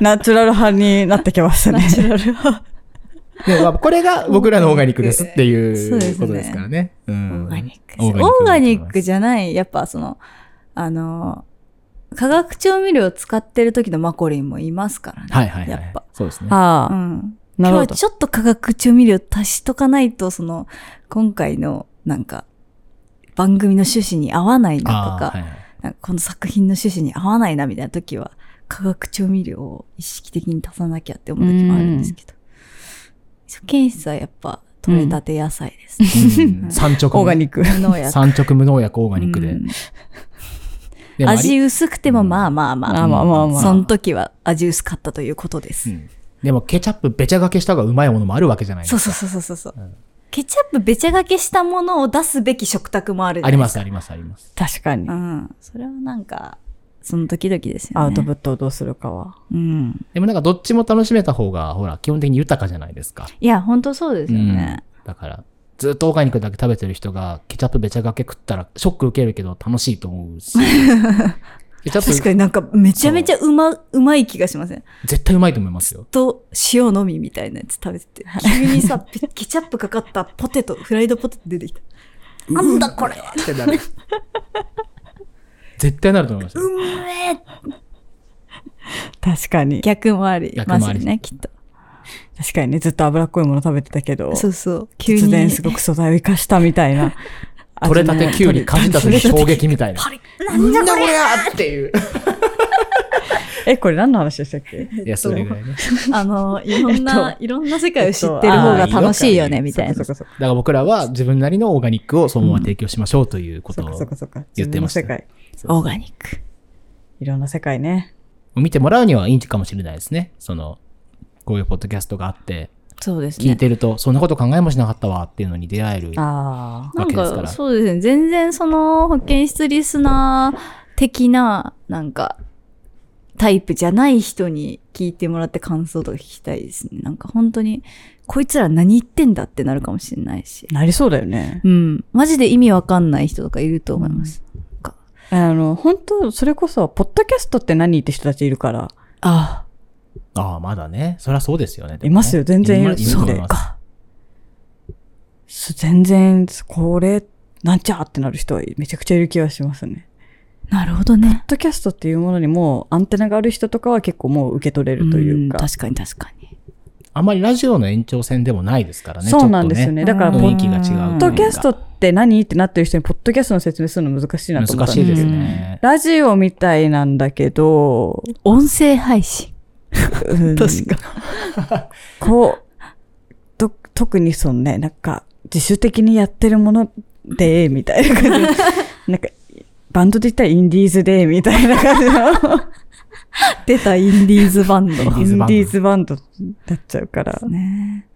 S3: ナチュラル派になってきましたね。ナチュラル派。
S2: でもまあこれが僕らのオーガニックです
S1: そ
S2: って
S1: うで
S2: いう
S1: すね
S2: ことですからね。オ
S1: オー
S2: ー
S1: ガニックです
S2: オ
S1: オ
S2: ーガニックだと思います
S1: ーガニックじゃない、やっぱその、あの、化学調味料を使ってる時のマコリンもいますからね。
S2: はいはいはい。
S1: やっぱ。
S2: そうですね。
S3: あ
S1: う
S3: あ、
S1: ん。今日
S3: なるほ
S1: は
S3: ど。
S1: ちょっと化学調味料足しとかないと、その、今回の、なんか、番組の趣旨に合わないなとか、
S2: あーはいはい
S1: なんかこの作品の趣旨に合わないなみたいな時は、化学調味料を意識的に足さなきゃって思う時もあるんですけど。初見室はやっぱ、取れたて野菜ですね。
S2: うん 産直。
S3: オーガニック。
S1: 無農薬
S2: 産直無農薬オーガニックで。
S1: うん
S2: でもあり
S1: 味薄くてもまあまあ
S3: あ
S1: ま
S3: あ
S1: あ。
S3: まあまあまあ。
S1: その時は味薄かったということです。
S2: うんでもケチャップべちゃがけした方がうまいものもあるわけじゃないで
S1: そ
S2: す
S1: う
S2: か。
S1: そうそうそうそう。
S2: うん
S1: ケチャップべちゃがけしたものを出すべき食卓もあるじゃ
S2: あ
S1: な
S2: り
S1: い
S2: ま
S1: です
S2: す
S1: か。
S2: ありますあります。
S3: 確かに。
S1: うん。それはなんか、その時々ですよね。
S3: アウトプットをどうするかは。
S1: うん。
S2: でもなんかどっちも楽しめた方が、ほら、基本的に豊かじゃないですか。
S1: いや、本当そうですよね。
S2: うんだから、ずっとオーガニックだけ食 べてる人が、ケチャップべちゃがけ食ったら、ショック受けるけど楽しいと思うし、えちょっと
S1: 確かになんかめちゃめちゃうま、うまい気がしません。
S2: 絶対うまいと思いますよ。
S1: と、塩のみみたいなやつ食べてて。急にさ、 ペケチャップかかったポテト、フライドポテト出て きた。なんだこれ
S2: ってなる。絶対なると思いますよ。
S1: うめえ
S3: 確かに。
S1: 逆もあり
S2: 逆
S1: ます
S2: もあ
S1: よ
S2: り
S1: ね、きっと。
S3: 確かにね、ずっと脂っこいもの食べてたけど、
S1: そうそう。急に。
S3: 突然すごく素材を生かしたみた いな。
S2: 取れたてキュウリかじった時衝撃みたいな。
S1: パリッな
S2: み
S1: ん
S2: ん
S1: じゃ
S2: な
S1: これ
S2: これやっていう。
S3: え、これ何の話でしたっけ
S2: いや、それぐらいね。
S1: あの、いろん な、いろんな世界を知ってる方が楽しいよね、みたい
S3: そ
S1: な
S3: う。かそうか
S2: だから僕らは自分なりのオーガニックをそのまま提供しましょうというこ
S3: そ
S2: と
S3: うか
S2: を
S3: そうかそうか。
S2: 言ってました
S3: 自分の世界。
S1: オーガニック。
S3: いろんな世界ね。
S2: 見てもらうにはいいかもしれないですね。その、こういうポッドキャストがあって、
S1: そうです
S2: 聞い
S1: ね。
S2: てると、そんなこと考えもしなかったわっていうのに出会える。
S3: ああ。
S1: なん
S2: わけですか
S1: か、
S2: ら
S1: そうですね。全然その保健室リスナー的な、なんか、タイプじゃない人に聞いてもらって感想とか聞きたいですね。なんか本当に、こいつら何言ってんだってなるかもしれないし。
S3: なりそうだよね。
S1: うん。マジで意味わかんない人とかいると思います。
S3: あの、本当それこそ、ポッドキャストって何って人たちいるから、
S1: あ
S2: ああ、まだね。そりゃそうですよね。でもね
S3: いますよ全然いる
S2: いると
S3: そう
S2: 思います。
S1: か。
S3: す全然、これ、なんちゃーってなる人はめちゃくちゃいる気がしますね。
S1: なるほどね
S3: ポッ。ドキャストっていうものにもうアンテナがある人とかは結構もう受け取れるというか。
S1: ん確かに確かに。
S2: あんまりラジオの延長線でもないですからね。
S3: そうなんですよね。
S1: ちょ
S3: だ
S1: っとね
S3: から、ポ
S2: ちょっとね雰
S3: ッ
S2: 囲気が違うというか。
S1: ポッ
S3: ドキャストって何ってなってる人にポッドキャストの説明するの難しいなと思
S2: 難
S3: ったん
S2: し
S3: で
S2: い
S3: す
S2: で
S3: けど
S2: すね。
S3: ラジオみたいなんだけど、
S1: 音声配信。
S3: うん
S1: 確か。
S3: こう、と、特にそのね、なんか、自主的にやってるもので、みたいな感じ。なんか、バンドで言ったらインディーズで、みたいな感じの、
S1: 出たインディーズバンド。
S3: イ
S2: イ
S3: ン
S2: ンデ
S3: ディ
S2: ィ
S3: ー
S2: ー
S3: ズバンドになっちゃうから。
S1: ね。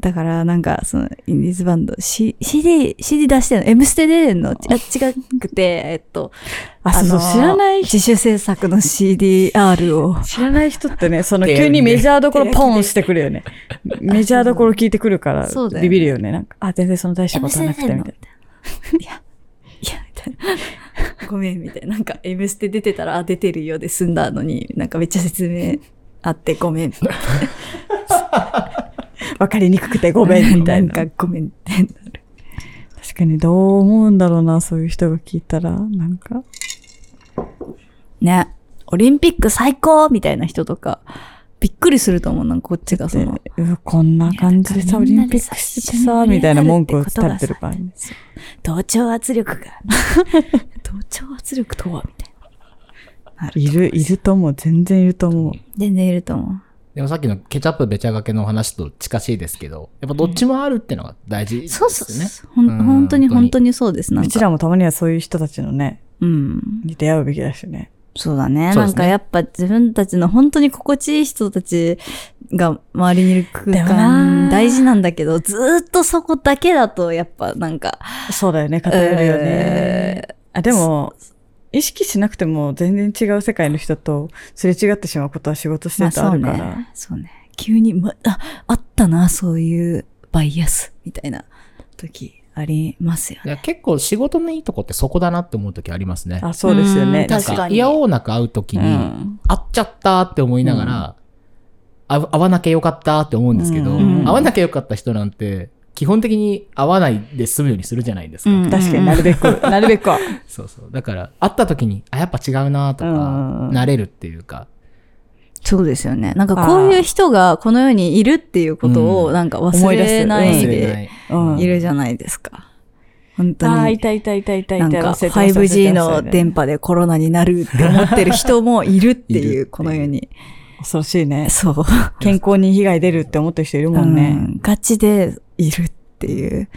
S1: だから、なんか、その、インディーズバンド、C、CD、CD 出してるの、M ステ出るの、あ、違くて、えっと、
S3: あ、そうそう、
S1: の
S3: 知らない人
S1: 自主制作の CDR を。
S3: 知らない人ってね、 その
S2: 手
S3: 急
S2: やるね
S3: にメジャーどこ ろポンしてくるよね。メジャーどころ聞いてくるから
S1: そうだよね
S3: ビビるよね。なんか、あ、全然その大したことはなくてみたいな。
S1: いや、いや、みたいな。ごめん、みたいな。なんか、M ステ出てたら、あ、出てるよで済んだのに、なんかめっちゃ説明あって、ご めん。
S3: わかりにくくてごめんみたいな。
S1: んか、ごめんってなる。
S3: 確かにどう思うんだろうな、そういう人が聞いたら。なんか。
S1: ね。オリンピック最高みたいな人とか、びっくりすると思う。なんか、こっちがその、
S3: うわこんな感じでさ、オリンピックしてさ、みたいな文句を
S1: 伝
S3: 伝
S1: え
S3: えてるからね。
S1: 同調圧力が。 同調圧力とはみたいな。
S3: いる、いると思う。全然いると思う。
S1: 全然いると思
S2: でもさっきのケチャップべちゃがけの話と近しいですけど、やっぱどっちもあるってのが大事
S1: う。
S2: です
S1: そ
S2: よ
S1: う
S2: ね。
S1: そうそう。ほん
S2: うん
S1: 本当に本
S2: 本
S1: 当
S2: 当
S1: にそうです。なん
S3: うち
S1: か。
S3: らもたまにはそういう人たちのね、
S1: うん。
S3: に出会うべきだしね。
S1: そうだね。
S2: そう
S1: なん
S2: ですね
S1: かやっぱ自分たちの本当に心地いい人たちが周りにいる空
S3: でも
S1: 間
S3: な
S1: 大事なんだけど、ずーっとそこだけだとやっぱなんか、
S3: そうだよね、偏るよね。あでも、意識しなくても全然違う世界の人とすれ違ってしまうことは仕事して
S1: ま
S3: る
S1: あ
S3: とあ
S1: そう
S3: るから。
S1: ね。そうね。急に、ま、あ、あったな、そういうバイアスみたいな時ありますよね。
S2: いや結構仕事のいいとこってそこだなって思う時ありますね。
S3: あ、そうですよ
S1: う
S3: ね
S1: ん。
S2: なん
S1: 確かに
S2: いやおうなく会う時
S3: う
S2: に、
S3: ん
S2: 会っちゃったって思いながら、あ会わなきゃよかったって思うんですけど、
S3: うん
S2: 会わなきゃよかった人なんて、基本的に会わないで済むようにするじゃないですか。
S1: うん
S3: 確かになるべく、 なるべくは。
S2: そうそう。だから、会った時に、あ、やっぱ違うなと
S3: うん
S2: か、慣れるっていうか、
S1: そうですよね。なんか
S3: あー
S1: こういう人がこの世にいるっていうことを
S2: うん
S1: なんか
S3: 思
S1: 忘
S3: い出す
S1: れない
S2: 忘
S1: で
S2: れ
S3: うん
S2: ない。
S1: いるじゃないですか。本当
S3: あー
S1: に
S3: い。たいたいたいたい
S1: な
S3: た。
S1: んか
S3: 忘れてました
S1: 5G の電。波でコロナになるって思ってる人もいるって
S2: いるって
S1: い、
S2: いうう
S1: この世に。
S3: 恐ろしいね。
S1: そう。
S3: 健康に被害出るって思ってる人いるも
S1: うん
S3: ね。
S1: んガチでいるっていう。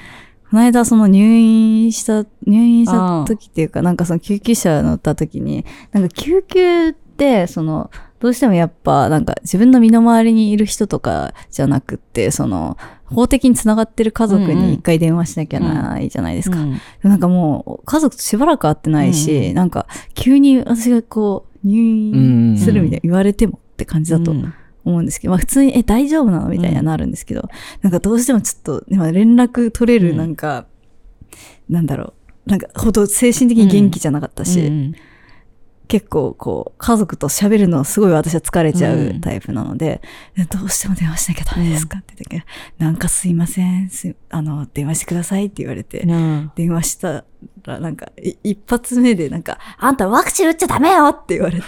S1: この間その入院した、入院した時っていうか、なんかその救急車乗った時に、なんか救急って、その、どうしてもやっぱ、なんか自分の身の回りにいる人とかじゃなくって、その、法的に繋がってる家族に一回電話しなきゃないじゃないですか。
S3: うん
S1: なんかもう、家族としばらく会ってないし、
S3: うん
S1: なんか、急に私がこう、入院するみたいな言われてもって感じだと
S3: うん
S1: 思うんですけど、まあ普通に、え、大丈夫なのみたいにはなるんですけど、なんかどうしてもちょっと、ねまあ連絡取れ
S3: う
S1: る、
S3: ん
S1: なんか、なんだろう、なんか、ほど精神的に元気じゃなかったし、
S3: うん
S1: 結構こう、家族と喋るのすごい私は疲れちゃうタイプなので、どうしても電話しなきゃダメですかって言ったけど、なんかすいません、すあの、電話してくださいって言われて、
S3: うん
S1: 電話したら、なんか、い一発目でなんか、あんたワクチン打っちゃダメよって言われて、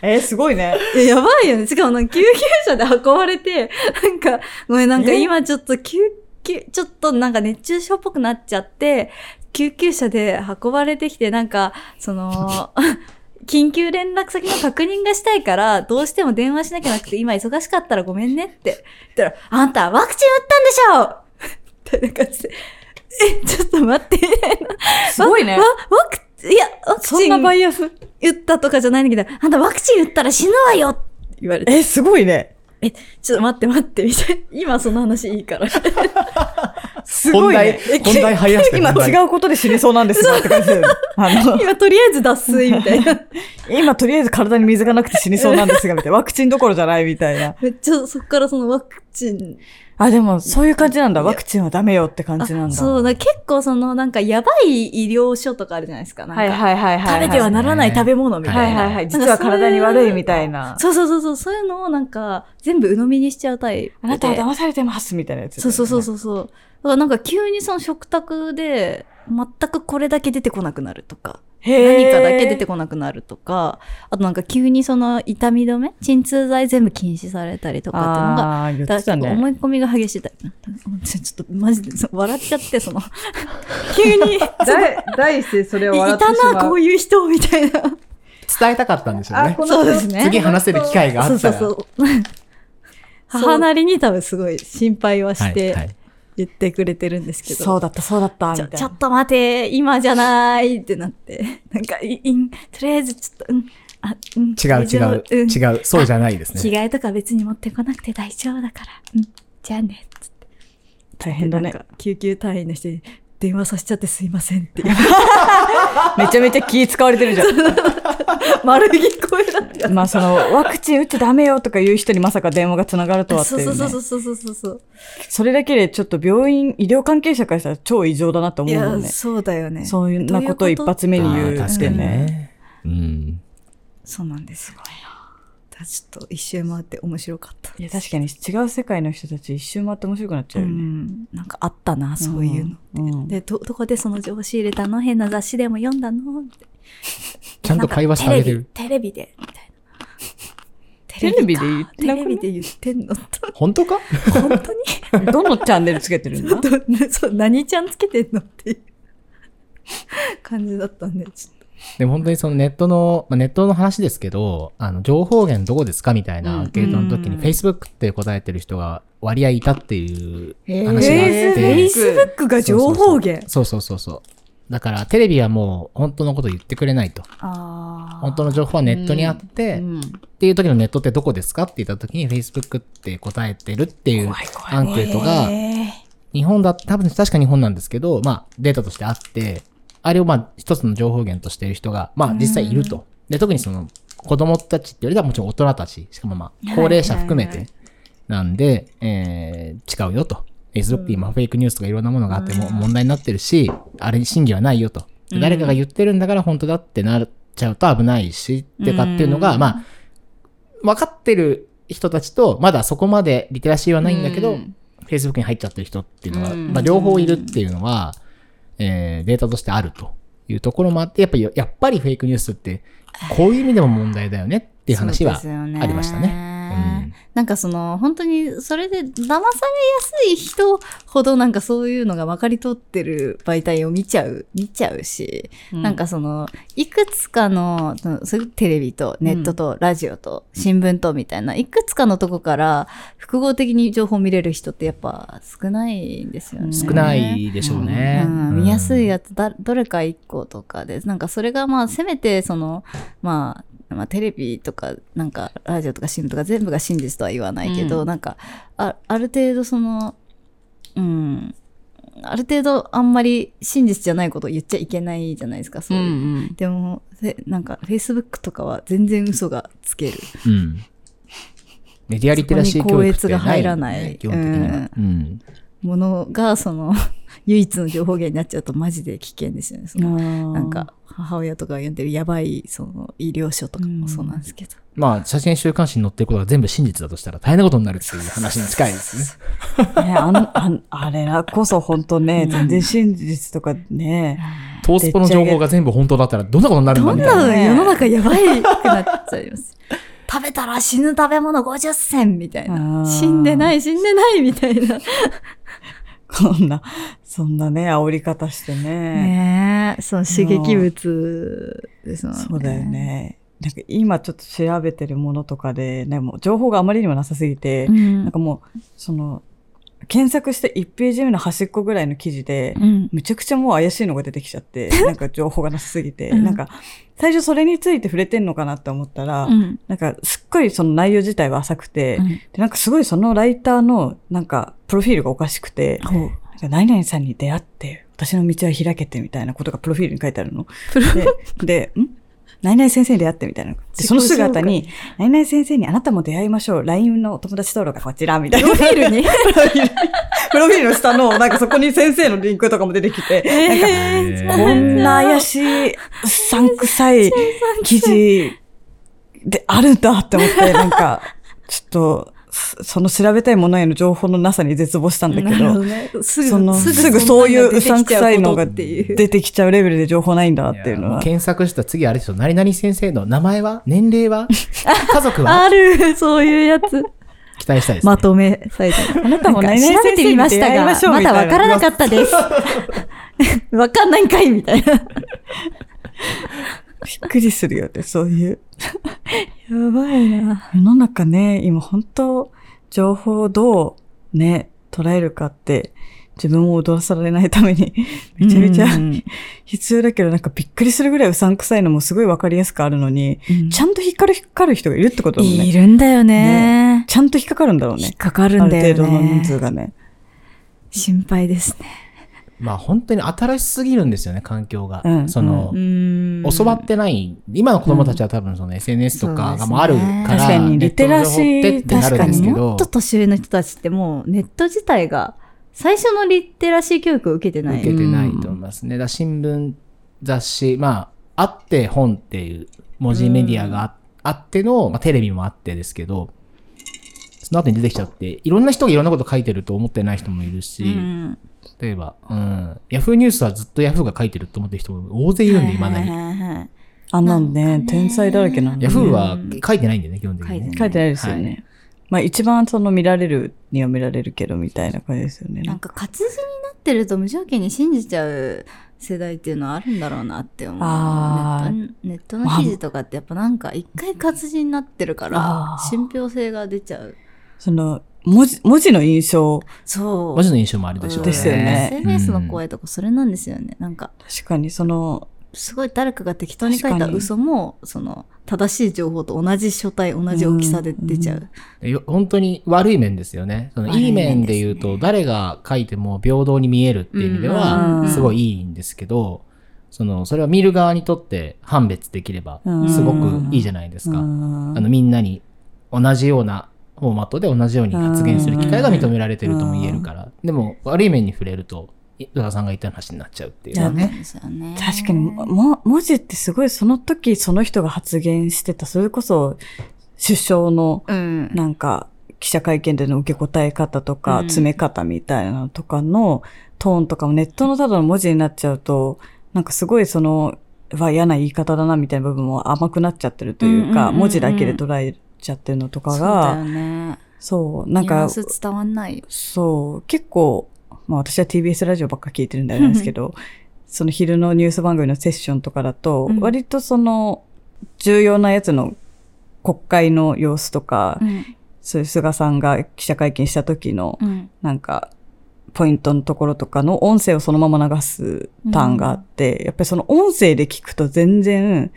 S3: えー、すごいね。
S1: えやばいよね。しかもなんか救急車で運ばれて、なんか、ごめん、なんか
S3: え
S1: 今ちょっと救急、ちょっとなんか熱中症っぽくなっちゃって、救急車で運ばれてきて、なんか、その、 緊急連絡先の確認がしたいから、どうしても電話しなきゃなくて、今忙しかったらごめんねって。言ったら、あんたワクチン打 ったんでしょみたいな感じで、え、ちょっと待って、みたいな。
S3: すごいね
S1: わ。わワク、いや、ワクチン。
S3: そんなバイアス。
S1: 打ったとかじゃないんだけど、あんたワクチン打ったら死ぬわよって言われて、
S3: えー、すごいね。
S1: え、ちょっと待って待って、みたいな。今その話いいから。
S3: すごいね。
S2: 本題本題入らせて
S3: 今
S2: う。
S3: 違うことで死にそうなんですよって感じだよね。あ の、
S1: 今とりあえず脱水みたいな。
S3: 今とりあえず体に水がなくて死にそうなんですが、みたいな。ワクチンどころじゃないみたいな。
S1: めっちゃそっからそのワクチン。
S3: あ、でもそういう感じなんだ。ワクチンはダメよって感
S1: あ
S3: じなんだ。
S1: そうだ、結構そのなんかやばい医療所とかあるじゃないですか。なんか
S3: はいはいはいはい。
S1: 食べてはならない食べ物みたいな。
S3: はいはいは
S1: なん
S3: い。
S1: かそういう
S3: 実は体に悪いみたいな。
S1: そうそうそうそう、そういうのをなんか全部鵜呑みにしちゃうタイプで。
S3: あなたは騙されてますみたいなやつだよ
S1: そう
S3: ね。
S1: そうそうそうそう。だからなんか急にその食卓で全くこれだけ出てこなくなるとか。
S3: へ
S1: 何
S3: ー
S1: かだけ出てこなくなるとか、あとなんか急にその痛み止め、鎮痛剤全部禁止されたりとかっていうのが、
S3: あー言
S1: だ
S3: っ
S1: から
S3: てた
S1: 結構
S3: ね。
S1: 思い込みが激しいタイプ。ちょちょっとマジでそう笑っちゃって、その、急に、い
S4: だ第一声それを笑
S1: い
S4: ってしたま
S1: な、こ
S4: う。
S1: ういう人、みたいな。
S2: 伝えたかったんですよ
S4: あ、
S2: ね。
S4: こ
S1: そ
S4: の
S1: うです
S4: 人
S1: ね
S2: 次話せる機会があ
S1: そう
S2: った
S1: そう
S2: ら。
S1: そう。母なりに多分すごい心配はし
S2: はいはい
S1: て言ってくれてるんですけど。
S3: そうだった、そうだった、み
S1: ち
S3: たい
S1: ょ、
S3: な。
S1: ちょっと待て、今じゃないってなって。 なんか、い、いん、とりあえずちょっと、うん、あ、うん。
S2: 違う違う、
S1: うん、
S2: 違う。そうじゃないですね。
S1: 着替えとか別に持ってこなくて大丈夫だから。うん。じゃあね。つって
S3: 大変だ
S1: な
S3: ね。
S1: んか救急隊員の人に電話させちゃってすいません っていう。
S3: めちゃめちゃ気使われてるじゃ
S1: 丸い声だった。
S3: ん。まあその、ワクチン打っちゃダメよとか言う人にまさか電話が繋がるとはってい、
S1: そうう
S3: ね。
S1: そうそうそうそうそうそう。
S3: それだけでちょっと病院、医療関係者からしたら超異常だなと
S1: い
S3: 思うも
S1: や、
S3: んね。
S1: そうだよね。
S3: そういうなことを一発目に言う
S2: あー
S3: っ
S2: 確
S3: て
S2: かに
S3: ね。
S2: ね。うん。
S1: そうなんですよ。だからちょっと一周回って面白かった。
S3: いや、確かに違う世界の人たち一周回って面白くなっちゃうよ
S1: う
S3: ね。
S1: ん、なんかあったな、そういうの。
S3: うん
S1: で、ど、どこでその情報入れたの変な雑誌でも読んだのって
S2: ちゃんと会話してあげてる。
S1: テレビテレビで、みたいな。
S3: テレビで言っ
S1: か
S3: てなくない
S1: テレビで言ってんのと、
S2: 本当か
S1: 本当に
S3: どのチャンネルつけてるんだ
S1: どそう何ちゃんつけてんのっていう感じだったんで、ちょっ
S2: でも本当にそのネットの、まあ、ネットの話ですけど、あの、情報源どこですかみたいなアンケートの時に、
S1: うん
S2: Facebook って答えてる人が割合いたっていう話があっ
S1: と。
S2: て。
S1: Facebook が情報源。
S2: そうそうそうそう。だから、テレビはもう本当のこと言ってくれないと。
S1: あ
S2: 本当の情報はネットにあって、っていう時のネットってどこですかって言った時に Facebook って答えてるっていうアンケートが、日本だ、多分確か日本なんですけど、まあデータとしてあって、あれをまあ一つの情報源としている人が、まあ実際いると。で、特にその子供たちってよりはもちろん大人たち、しかもまあ高齢者含めてなんで、えー違うよと。Facebook 今フェイクニュースとかいろんなものがあっても問題になってるし、あれに真偽はないよと。で誰かが言ってるんだから本当だってなっちゃうと危ないし、ってかっていうのが、まあ、分かってる人たちと、まだそこまでリテラシーはないんだけど、Facebook に入っちゃってる人っていうのが、
S3: うん
S2: まあ、両方いるっていうのは、えーデータとしてあるというところもあって、やっぱり、やっぱりフェイクニュースって、こういう意味でも問題だよねっていう話はありましたね。うん
S1: なんかその本当にそれで騙されやすい人ほどなんかそういうのが分かり通ってる媒体を見ちゃう見ちゃうし、なんかそのいくつかのそのそういうテレビとネットとラジオと新聞とみたいな、いくつかのとこから複合的に情報見れる人ってやっぱ少ないんですよね。
S2: 少ないでしょうね。
S1: うん、見やすい
S2: や
S1: やつだどれか1個とかでなんかそれがまあせめてその、まあ、まあテレビとかなんかラジオとか新聞とか全部が真実とは言わないけど、
S3: うん
S1: なんかあある程度そのうんある程度あんまり真実じゃないことを言っちゃいけないじゃないですかそういう。でもせなんかフェイスブックとかは全然嘘がつける
S2: つ。うん。メディアリテラシー教育って
S1: そこに高閲が入らない
S2: 基本的には。うん。
S1: ものが、その、唯一の情報源になっちゃうとマジで危険ですよね。そのな、
S3: なん
S1: か、母親とかが読んでるやばい、その、医療書とかもそうなんですけど。
S2: まあ、写真週刊誌に載ってることが全部真実だとしたら大変なことになるっていう話に近いですね。
S3: ね、あのあんあれらこそ本当ね、全然真実とかね、
S2: トースポの情報が全部本当だったらどんなことになるんだ
S1: どん
S2: み
S1: な
S2: たい
S1: の
S2: な。
S1: が世の中やばいくなっちゃいます。 食べたら死ぬ食べ物50銭みたい
S3: あ
S1: な。
S3: ー
S1: 死んでない死んでないみたい な。
S3: こんな、そんなね、煽り方してね。
S1: ねえ、その刺激物ですもんね。
S3: そうだよ。ね。なんか今ちょっと調べてるものとかで、ね、もう情報があまりにもなさすぎて、
S1: うん
S3: なんかもう、その、検索して1ページ目の端っこぐらいの記事で、
S1: うん。
S3: めちゃくちゃもう怪しいのが出てきち ゃって、なんか情報がなさすぎて、
S1: うん
S3: なんか、最初それについて触れてんのかなって思ったら、
S1: うん。
S3: なんか、すっごいその内容自体は浅くて、
S1: うん
S3: で、なんかすごいそのライターの、なんか、プロフィールがおかしくて、
S1: ほう
S3: なんか何々さんに出会って、私の道は開けてみたいなことがプロフィールに書いてあるの。で、で、ん何々先生に出会ってみたいな。で、その姿に、何々先生にあなたも出会いましょう。LINE のお友達登録がこちら、みたいな。
S1: プロフィールに
S3: プロフィールの下の、なんかそこに先生のリンクとかも出てきて、なんか、こんな怪しい、うさんくさい記事であるんだって思って、なんか、ちょっと、そその調べたいものへの情報のなさに絶望したんだけ
S1: なるほ
S3: ど、
S1: どね。す
S3: その
S1: ぐ、
S3: すぐそうい
S1: んな
S3: う
S1: の出てき
S3: う
S1: ち
S3: さ
S1: ゃ
S3: んくさいの
S1: こ
S3: が
S1: とっていう。
S3: 出てきちゃうレベルで情報ないんだっていうのは。
S2: 検索したら次あれでしょ。何々先生の名前は年齢 は家族 は
S1: ある、そういうやつ。
S2: 期待したいです、ね。
S1: まとめサイ ト。あな
S3: たも
S1: 調
S3: 何々
S1: べてみました
S3: 先生に出会いましょ
S1: が、ま
S3: うみた
S1: だ
S3: いな
S1: わからなかったです。 わかんないんかいみたいな。や
S3: びっくりするよね、そういう。
S1: ばいな。
S3: 世の中ね、今本当、情報をどうね、捉えるかって、自分を踊らされないため に、めちゃめちゃ
S1: うん
S3: 必要だけど、なんかびっくりするぐらいうさんくさいのもすごいわかりやすくあるのに、 ちゃんと引っかかる引っかかる人がいるってことだもん
S1: い
S3: ね。
S1: るんだよね。
S3: ちゃんと引っかかるんだろう
S1: 引っ
S3: ね。
S1: かか
S3: あ
S1: るん
S3: る
S1: だよね。
S3: 程度の人数がね。
S1: 心配ですね。
S2: まあ本当に新しすぎるんですよね、環境が。
S3: うん
S2: その、
S1: ん
S2: 教わってない。今の子供たちは多分その SNS とかがもあるから、
S3: そうですね確かに
S2: ネットの情報ってってなるんですけ
S1: も
S2: ど
S1: っと、年上の人たちってもうネット自体が最初のリテラシー教育を受けてな
S2: 受
S1: い。
S2: けてないと思いますね。だから新聞、雑誌、まあ、あって本っていう文字メディアがあ,、っての、まあテレビもあってですけど、その後に出てきちゃって、いろんな人がいろんなこと書いてると思ってない人もいるし、
S1: うん
S2: 例えば、うん、ヤフーニュースはずっとヤフーが書いてると思ってる人も大勢いるんで、いまだに。
S1: はいはいはいはい
S3: あんなんね、天才だらけなんだ
S2: ヤ
S3: ね。
S2: フーは書いてないんでね、基本的
S1: 書いて
S2: にね、
S1: ない
S3: 書いてないですよ
S2: は
S3: ね。まあ一番その見られるには見られるけどみたいな感じですよね。
S1: なんか活字になってると無条件に信じちゃう世代っていうのはあるんだろうなって思う。
S3: あー
S1: ネットネットの記事とかってやっぱなんか一回活字になってるから
S3: あー
S1: 信憑性が出ちゃう。
S3: その、文字、文字の印象、
S1: そう。
S2: 文字の印象もあるでしょうね。
S3: ですよね
S1: SNS の
S2: うん
S1: 声とかそれなんですよね。なんか、
S3: 確かにその、
S1: すごい誰かが適当に書い
S3: 確
S1: た
S3: かに
S1: 嘘も、その、正しい情報と同じ書体、同じ大きさで出ちゃう。
S2: よ本当に悪い面ですよね。その
S1: 悪い面
S2: いい面で言う
S1: です
S2: と、誰が書いても平等に見えるっていう意味で
S3: うんう
S2: は、
S3: ん
S2: すごいいいんですけど、その、それは見る側にとって判別できれば、
S3: うん
S2: すごくいいじゃないですか。あの、みんなに同じようなフォーマットで同じように発言する機会が認められてるとも言えるから、でも悪い面に触れると、宇田さんが言ったような話になっちゃうっていう。
S3: いやね
S1: そうですよね。
S3: 確かに、も、文字ってすごいその時その人が発言してた、それこそ首相の
S1: うん。
S3: なんか記者会見での受け答え方とか、
S1: うん
S3: 詰め方みたいなのとかのトーンとかもネットのただの文字になっちゃうと、なんかすごいその、は嫌な言い方だなみたいな部分も甘くなっちゃってるという
S1: うんうんうん
S3: か、
S1: うん
S3: 文字だけで捉えちゃってるのとか
S1: そうだよ
S3: が、
S1: ね。
S3: そう、なん
S1: ニュア
S3: か
S1: ン、ス伝わんないよ。
S3: そう、結構、まあ私は TBS ラジオばっか聞いてるんであれなんですけど、その昼のニュース番組のセッションとかだと、
S1: うん
S3: 割とその、重要なやつの国会の様子とか、
S1: うん。
S3: そういう菅さんが記者会見した時の、
S1: うん。
S3: なんか、ポイントのところとかの音声をそのまま流すターンがあって、やっぱりその音声で聞くと全然、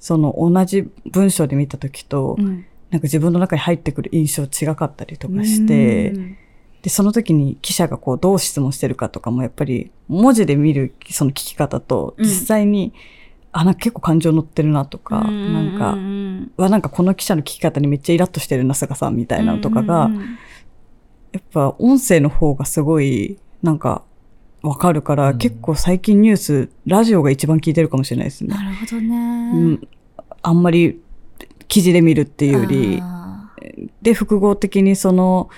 S3: その同じ文章で見た時と、
S1: うん
S3: なんか自分の中に入ってくる印象違かったりとかして、
S1: うん
S3: で、その時に記者がこうどう質問してるかとかもやっぱり文字で見るその聞き方と
S1: うん
S3: 実際に、あ、なんか結構感情乗ってるなとか、なん
S1: う
S3: か、
S1: ん
S3: わ、なんかこの記者の聞き方にめっちゃイラッとしてるな、菅さんみたいなのとかが、
S1: うんうんうん
S3: ややっぱ音声の方がすごい、なんか、わかるから、
S2: うん
S3: 結構最近ニュース、ラジオが一番聞いてるかもしれないですね。
S1: なるほど
S3: う
S1: ね。
S3: ん。あんまり、記事で見るっていうより、
S1: あー
S3: で、複合的にその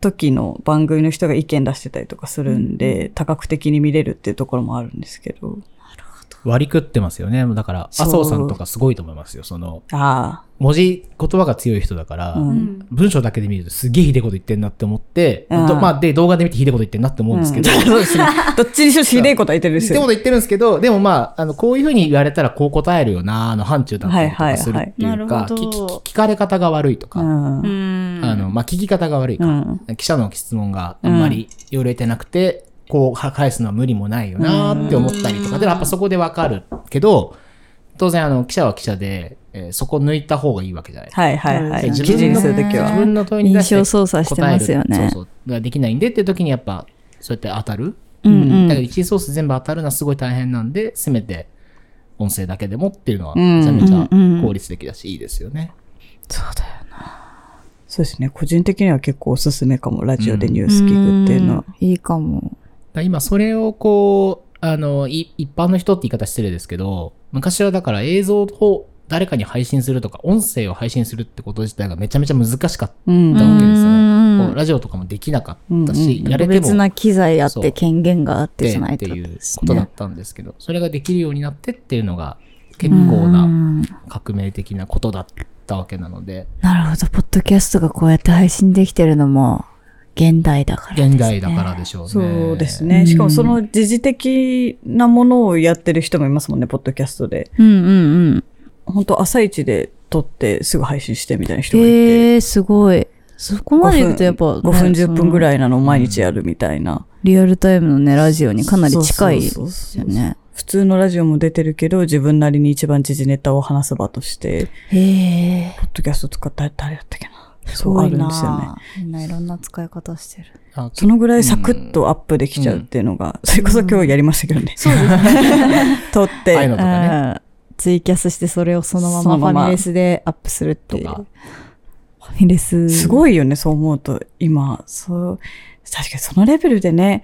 S3: 時の番組の人が意見出してたりとかするんで、多角的に見れるっていうところもあるんですけど。
S2: 割り食ってますよね。だから、
S3: そう
S2: 麻生さんとかすごいと思いますよ。その、
S3: あ
S2: 文字、言葉が強い人だから、
S3: うん
S1: うん
S2: 文章だけで見るとすげえひでいこと言ってんなって思って、
S3: うん
S2: とまあ、で、動画で見てひでいこと言ってんなって思うんですけ ど、
S3: そうですね。どっちにしろひでえことは言ってるんで
S2: ひ
S3: す
S2: でいこ
S3: よ
S2: と。言ってるんですけど、でもまあ、あの、こういうふうに言われたらこう答えるよな、あの、範疇だったりと
S3: はいはい
S2: か
S3: はい
S2: するっていう
S1: な
S2: か、
S1: るほ
S2: 聞
S1: ど
S2: き聞聞かれ方が悪いと
S3: う
S2: か、
S3: ん。うん。
S2: あの、まあ、聞き方が悪いか、
S3: うん
S2: 記者の質問があんまり寄れてなくて、こうは返すのは無理もないよなーって思ったりとか、で、やっぱそこでわかるけど、当然あの、記者は記者で、えーそこ抜いた方がいいわけじゃない。
S3: はいはいは
S1: そう
S3: い。
S1: です
S2: 自
S1: ね
S3: 記
S2: 分
S3: 事に
S2: の
S3: するとき
S2: 自
S3: は。
S2: 分の問いに対して
S1: 印象操作してますよね
S2: 答えるそうそう。ができないんでっていう時にやっぱ、そうやって当たる。
S1: うんうん
S2: だけど、1ソース全部当たるのはすごい大変なんで、せめて、音声だけでもっていうのは、
S3: う
S2: め
S3: ん
S2: ちゃめちゃ
S1: うんうん
S2: 効率的だし、いいですよね。
S1: そうだよね。
S3: そうですね。個人的には結構おすすめかも。ラジオでニュース聞くっていうのは。
S1: うんいいかも。
S2: だから今それをこう、あの、い一般の人って言い方失礼ですけど、昔はだから映像を誰かに配信するとか、音声を配信するってこと自体がめちゃめちゃ難しかっ
S3: うん。
S2: たわけですよ
S1: うん
S2: ね。
S1: うん
S2: こうラジオとかもできなかった
S3: う
S2: し
S3: ん、うん
S2: やれて
S1: 別
S2: も。
S1: な機材あっ
S2: そ
S1: て
S2: う
S1: 権限があってじゃない
S2: って
S1: と
S2: いう
S1: です
S2: ことだっ
S1: ね
S2: たんですけど、それができるようになってっていうのが結構な
S1: うん
S2: 革命的なことだったわけなので、
S1: なるほど。ポッドキャストがこうやって配信できてるのも、現代だからです、ね。
S2: 現代だからでしょうね。
S3: そうです
S1: う
S3: ね。
S1: ん
S3: しかもその時事的なものをやってる人もいますもんね、ポッドキャストで。
S1: うんうんうん。
S3: 本当朝一で撮ってすぐ配信してみたいな人がいて。
S1: えー、すごい。そこまで行くとやっぱ、
S3: 5分10分ぐ
S1: い。
S3: らいなのを毎日やるみたいな。
S1: リアルタイムのね、ラジオにかなり近いです
S3: そうそうそうそう
S1: よね。
S3: 普通のラジオも出てるけど、自分なりに一番時事ネタを話す場として、
S1: へえ
S3: ポッドキャスト使った誰だったっけな。
S1: ー。す
S3: そう
S1: ご
S3: あ
S1: い
S3: るんですよね。
S1: な。みんないろんな使い方してる。
S2: あ
S3: そのぐらいサクッとアップできちゃうっていうのが、それこそ今日やりましたけどね。そうです ね。 撮っ
S2: ああいうの
S3: て、
S2: とかね。
S1: あーツイキャスしてそれをそのま
S3: そ
S1: ま
S3: の
S1: フ
S3: まま
S1: ァミレスでアップするっていう。
S2: とか
S1: ファミレス。
S3: す
S1: い。
S3: ごいよね、そう思うと。今、そう、確かにそのレベルでね、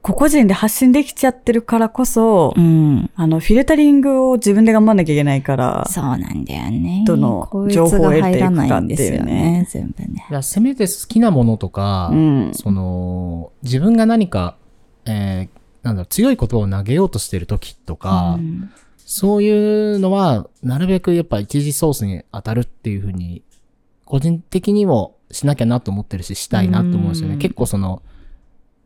S3: 個々人で発信できちゃってるからこそ、
S1: うん。
S3: あの、フィルタリングを自分で頑張んなきゃいけないから、
S1: そうなんだよね。
S3: どの
S1: こいつ
S3: 情報を
S1: が
S3: 得て
S1: 入
S3: いくか
S1: ら
S3: っていうね
S1: ないんですよね。全部ね。
S2: いやせめて好きなものとか
S3: う、ん。
S2: その、自分が何か、えーなんだろう、強い言葉を投げようとしてる時とか、
S1: うん
S2: そういうのは、なるべくやっぱ一時ソースに当たるっていうふうに、個人的にもしなきゃなと思ってるし、したいなと思うんですよ
S1: う
S2: ね。
S1: ん
S2: 結構その、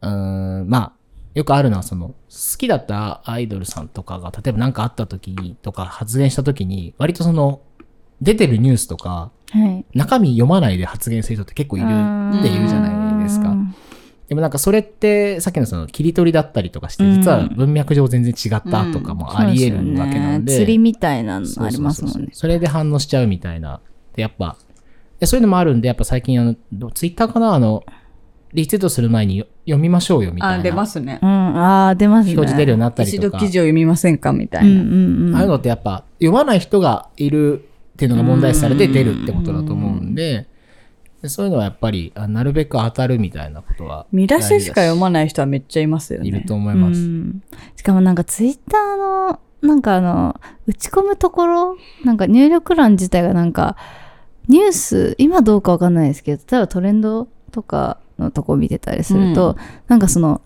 S2: うーん、まあ、よくあるのはその、好きだったアイドルさんとかが、例えば何かあった時に、とか発言した時に、割とその、出てるニュースとか、
S1: はい。
S2: 中身読まないで発言する人って結構いるって言うじゃないですか。でもなんかそれって、さっきのその切り取りだったりとかして、
S1: うん
S2: 実は文脈上全然違ったとかもあり得るわけなんで。
S1: そうすよね釣りみたいなの
S2: そう
S1: あり
S2: そうそう
S1: ま
S2: そ
S1: す
S2: う
S1: もんね。
S2: それで反応しちゃうみたいな。で、やっぱ、でそういうのもあるんで、やっぱ最近、あの、ツイッターかなあの、リツイートする前によ読みましょうよみたいな。
S3: すね
S1: う。ん。ああ、出ますね。
S2: 表示出るようになったり
S3: 一
S2: と
S3: 度
S2: か。
S3: 記事を読みませんかみた
S1: う
S3: い
S1: ん
S3: な。
S1: うんうん。
S2: ああいうのってやっぱ読まない人がいるっていうのが問題視されて出るってことだと思うんで、でそういうのはやっぱり、あなるべく当たるみたいなことは。
S3: 見出ししか読
S2: ない。
S3: まない人はめっちゃいますよね。
S2: いると思います。
S1: うんしかもなんかツイッターの、なんかあの、打ち込むところ、なんか入力欄自体がなんか、ニュース、今どうかわかんないですけど、例えばトレンドとかのとこ見てたりすると、
S3: う
S1: なんかその、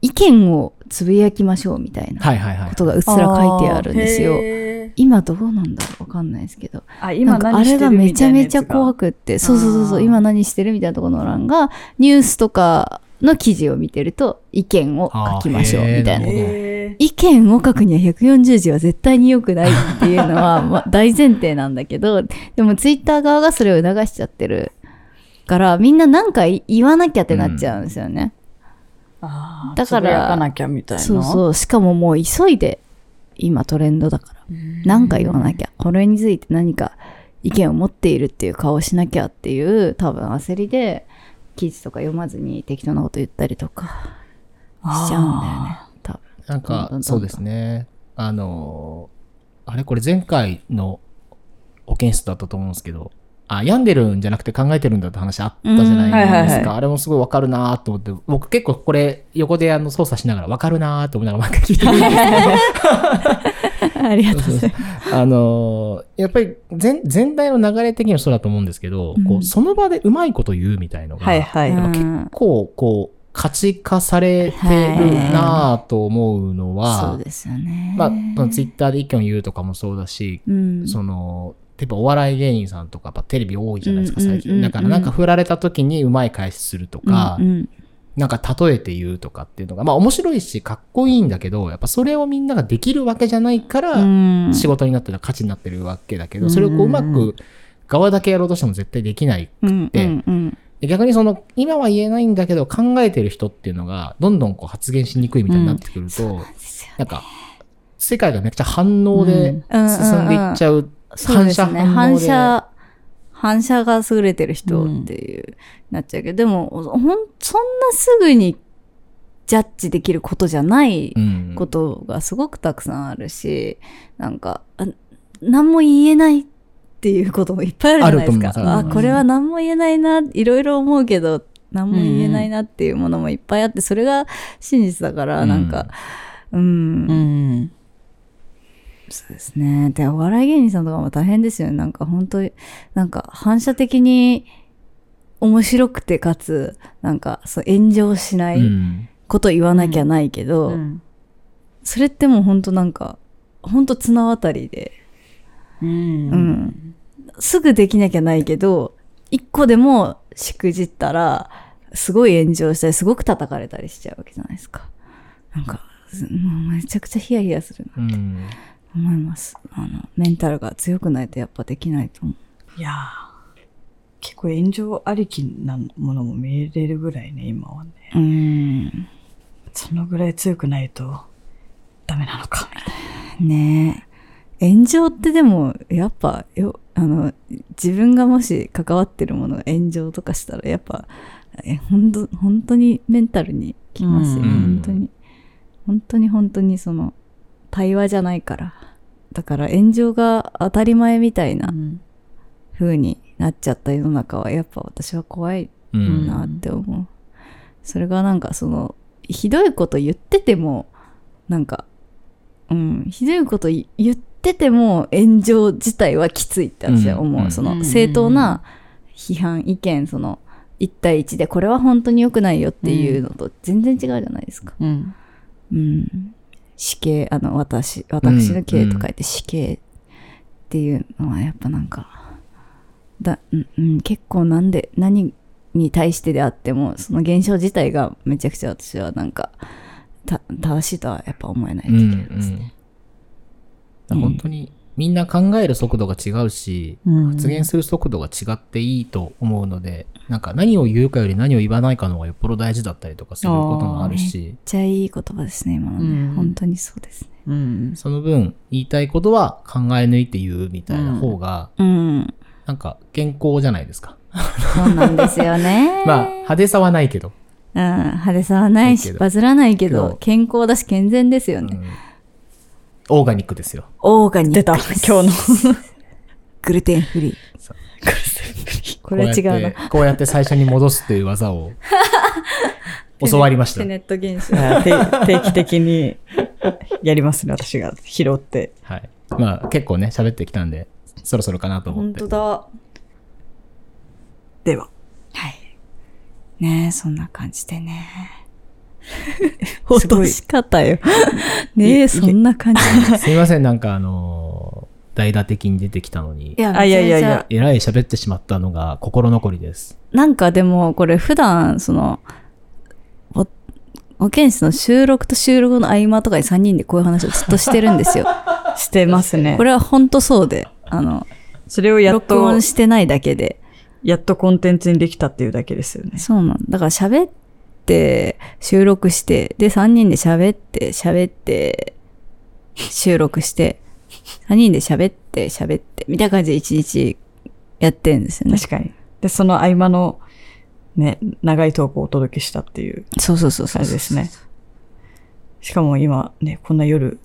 S1: 意見をつぶやきましょうみたいな
S2: はいはいはい
S1: こ。とがうっすら書いてあるんです
S3: あ
S1: よ
S3: ー。へー
S1: 今どうなんだろうわかんないですけど。
S3: あ、今
S1: なんか
S3: 何
S1: あ
S3: して
S1: れ
S3: る
S1: がめちゃめちゃ怖
S3: く
S1: くって、そうそうそうそ
S3: あ
S1: う、
S3: ー
S1: 今何してるみたいなところの欄が、ニュースとかの記事を見てると、意見を書きましょう
S2: あーへー
S1: みたい
S2: な
S1: な
S2: る。ほど
S1: 意見を書くには140字は絶対に良くないっていうの は、まあ、大前提なんだけど、でもツイッター側がそれを促しちゃってるから、みんななんかい言わなきゃってなっちゃうんですよね。だ
S3: だ
S1: か
S3: からら。つぶやかなきゃみたいな。
S1: そうそう。しかももう急いで、今トレンドだから。なんか言わなきゃ。これについて何か意見を持っているっていう顔をしなきゃっていう、多分焦りで、記事とか読まずに適当なこと言ったりとかしちゃうんだよね。多分。
S2: なん
S1: どんどんどんど
S2: か、
S1: ん
S2: そうですね。あのー、あれこれ前回の保健室だったと思うんですけど、あ、病んでるんじゃなくて考えてるんだって話あったじゃないです
S3: うんはいはい
S2: か。
S3: は
S2: あれもすごいわかるなと思って、僕結構これ横であの操作しながらわかるなと思いながら毎回聞いてるんですけど、
S1: ありがとうござい
S2: あのーやっぱり全全体の流れ的にはそうだと思うんですけど、
S1: うん
S2: こうその場でうまいこと言うみたいのが、
S3: はいはい。
S1: ま
S3: は
S1: す。
S2: 結
S1: うん
S2: 構こう価値化されてるなぁと思うの
S1: そ
S2: は、
S1: うですよね。
S2: まあ、そのツイッターで意見を言うとかもそうだし、
S1: うん、
S2: その、例えばお笑い芸人さんとかやっぱテレビ多いじゃないですか、
S1: うんうんうん
S2: 最近。だからなんか振られた時にうまい返しするとか、
S1: うんうん
S2: なんか例えて言うとかっていうのが、まあ面白いしかっこいいんだけど、やっぱそれをみんなができるわけじゃないから、
S1: うん
S2: 仕事になってる価値になってるわけだけ
S1: う
S2: ど、
S1: ん
S2: それをこううまく側だけやろうとしても絶対できない。
S1: うんうんうん
S2: で逆にその、今は言えないんだけど考えてる人っていうのが、どんどんこう発言しにくいみたいになってく
S1: で
S2: ると、
S1: すよ
S2: なんか、世界がめっちゃ反応で
S1: うん
S2: 進んでいっちゃう。
S1: そうですね。反
S2: 応で
S1: 射、反射が優れてる人っていう、なっちゃうけど、でも、ほん、そんなすぐにジャッジできることじゃない
S2: うん
S1: ことがすごくたくさんあるし、なんか、あ何も言えないっていうこともいっぱいあるじゃないです
S2: あると
S1: か。
S2: 思い
S1: あ
S2: ます
S1: これは何も言えないな、いろいろ思うけど、何も言えないなっていうものもいっぱいあって、それが真実だから、なんか、うん
S3: うん。
S1: そうですね。で、お笑い芸人さんとかも大変ですよね。なんか本当に、なんか反射的に面白くて、かつ、なんかそう炎上しな
S2: う
S1: い
S2: ん
S1: こと言わなきゃないけど、
S3: うん
S1: それってもう本当なんか、本当綱渡りで、
S3: う。
S1: うんん。すぐできなきゃないけど、一個でもしくじったら、すごい炎上したり、すごく叩かれたりしちゃうわけじゃないですか。なんか、もうめちゃくちゃヒヤヒヤするな。
S2: うん
S1: 思います。あの、メンタルが強くないとやっぱできないと思う。
S3: いやー結構炎上ありきなものも見れるぐらいね、今はね。
S1: うん。
S3: そのぐらい強くないとダメなのか。
S1: ねえ。炎上ってでも、やっぱ、よ、あの、自分がもし関わってるものが炎上とかしたら、やっぱ、え、本当本当にメンタルにきますよ。
S3: うん
S1: 本当に。本当に本当にその、対話じゃないから。だから炎上が当たり前みたいな風になっちゃった世の中は、やっぱ私は怖い
S2: うん
S1: なって思う、それがなんかそのひどいこと言っててもなんかうんひどいことい言ってても炎上自体はきついって私は思う、
S2: うん
S1: そうの
S3: ん
S1: 正当な批判意見その1対1でこれは本当に良くないよっていうのと全然違うじゃないですか、
S3: うん。
S1: うん、死刑あの私私の刑と書いて死刑っていうのはやっぱなんかだ、うんうん、結構なんで何に対してであってもその現象自体がめちゃくちゃ私はなんかた正しいとはやっぱ思えない
S2: うん
S1: 時
S2: う
S1: ありますね。
S2: ん本当にみんな考える速度が違うし、発言する速度が違っていいと思うので、なんか何を言うかより何を言わないかの方がよっぽど大事だったりとかすることもあるし、
S1: めっちゃいい言葉ですね今のね、
S3: うん
S1: 本当にそうですね。
S3: うん。
S2: その分言いたいことは考え抜いて言うみたいな方が、
S1: うん、
S2: なんか健康じゃないですか。。
S1: そうなんですよね
S2: まあ派手さはないけど。
S1: うん、派手さはない
S2: ない
S1: し
S2: けど
S1: バズらないけ
S2: けど
S1: ど健康だし健全ですよね。
S2: うんオーガニックですよ。
S1: オーガニック
S3: 出た、今日の。
S1: グルテンフリー。これは違うな。
S2: こうやって最初に戻すという技を教わりました
S1: テ。ネット現象。
S3: あーて定 期的にやりますね、私が拾って。
S2: はい。まあ結構ね、喋ってきたんで、そろそろかなと思
S1: 本
S2: って。
S1: 当だ。は
S3: では。
S1: い。ねえ、そんな感じでね。
S3: す
S1: 落
S3: ご
S1: と
S3: い
S1: し方よ。ねえ、そんな感じ。
S2: すいません、なんかあのー代打的に出てきたのに、
S1: や
S3: あいやいや
S1: め
S3: いや
S1: ちゃめちゃ
S2: えらい喋ってしまったのが心残りです。
S1: なんかでも、これ普段、その、お、保健室の収録と収録の合間とかに3人でこういう話をずっとしてるんですよ。
S3: してますね
S1: こ。れは本当そうで、あの、
S3: それをやっ
S1: 録
S3: と
S1: 音、してないだけで。
S3: やっとコンテンツにできたっていうだけですよね。
S1: そうなんだから喋って、収録して、で、3人で喋って、喋って、収録して、3人で喋って、喋って、みたいな感じで1日やってんですよね。
S3: 確かに。で、その合間の、ね、長い投稿をお届けしたっていう
S1: そうそうそうそ
S3: 感
S1: う
S3: じですね。しかも今ね、こんな夜、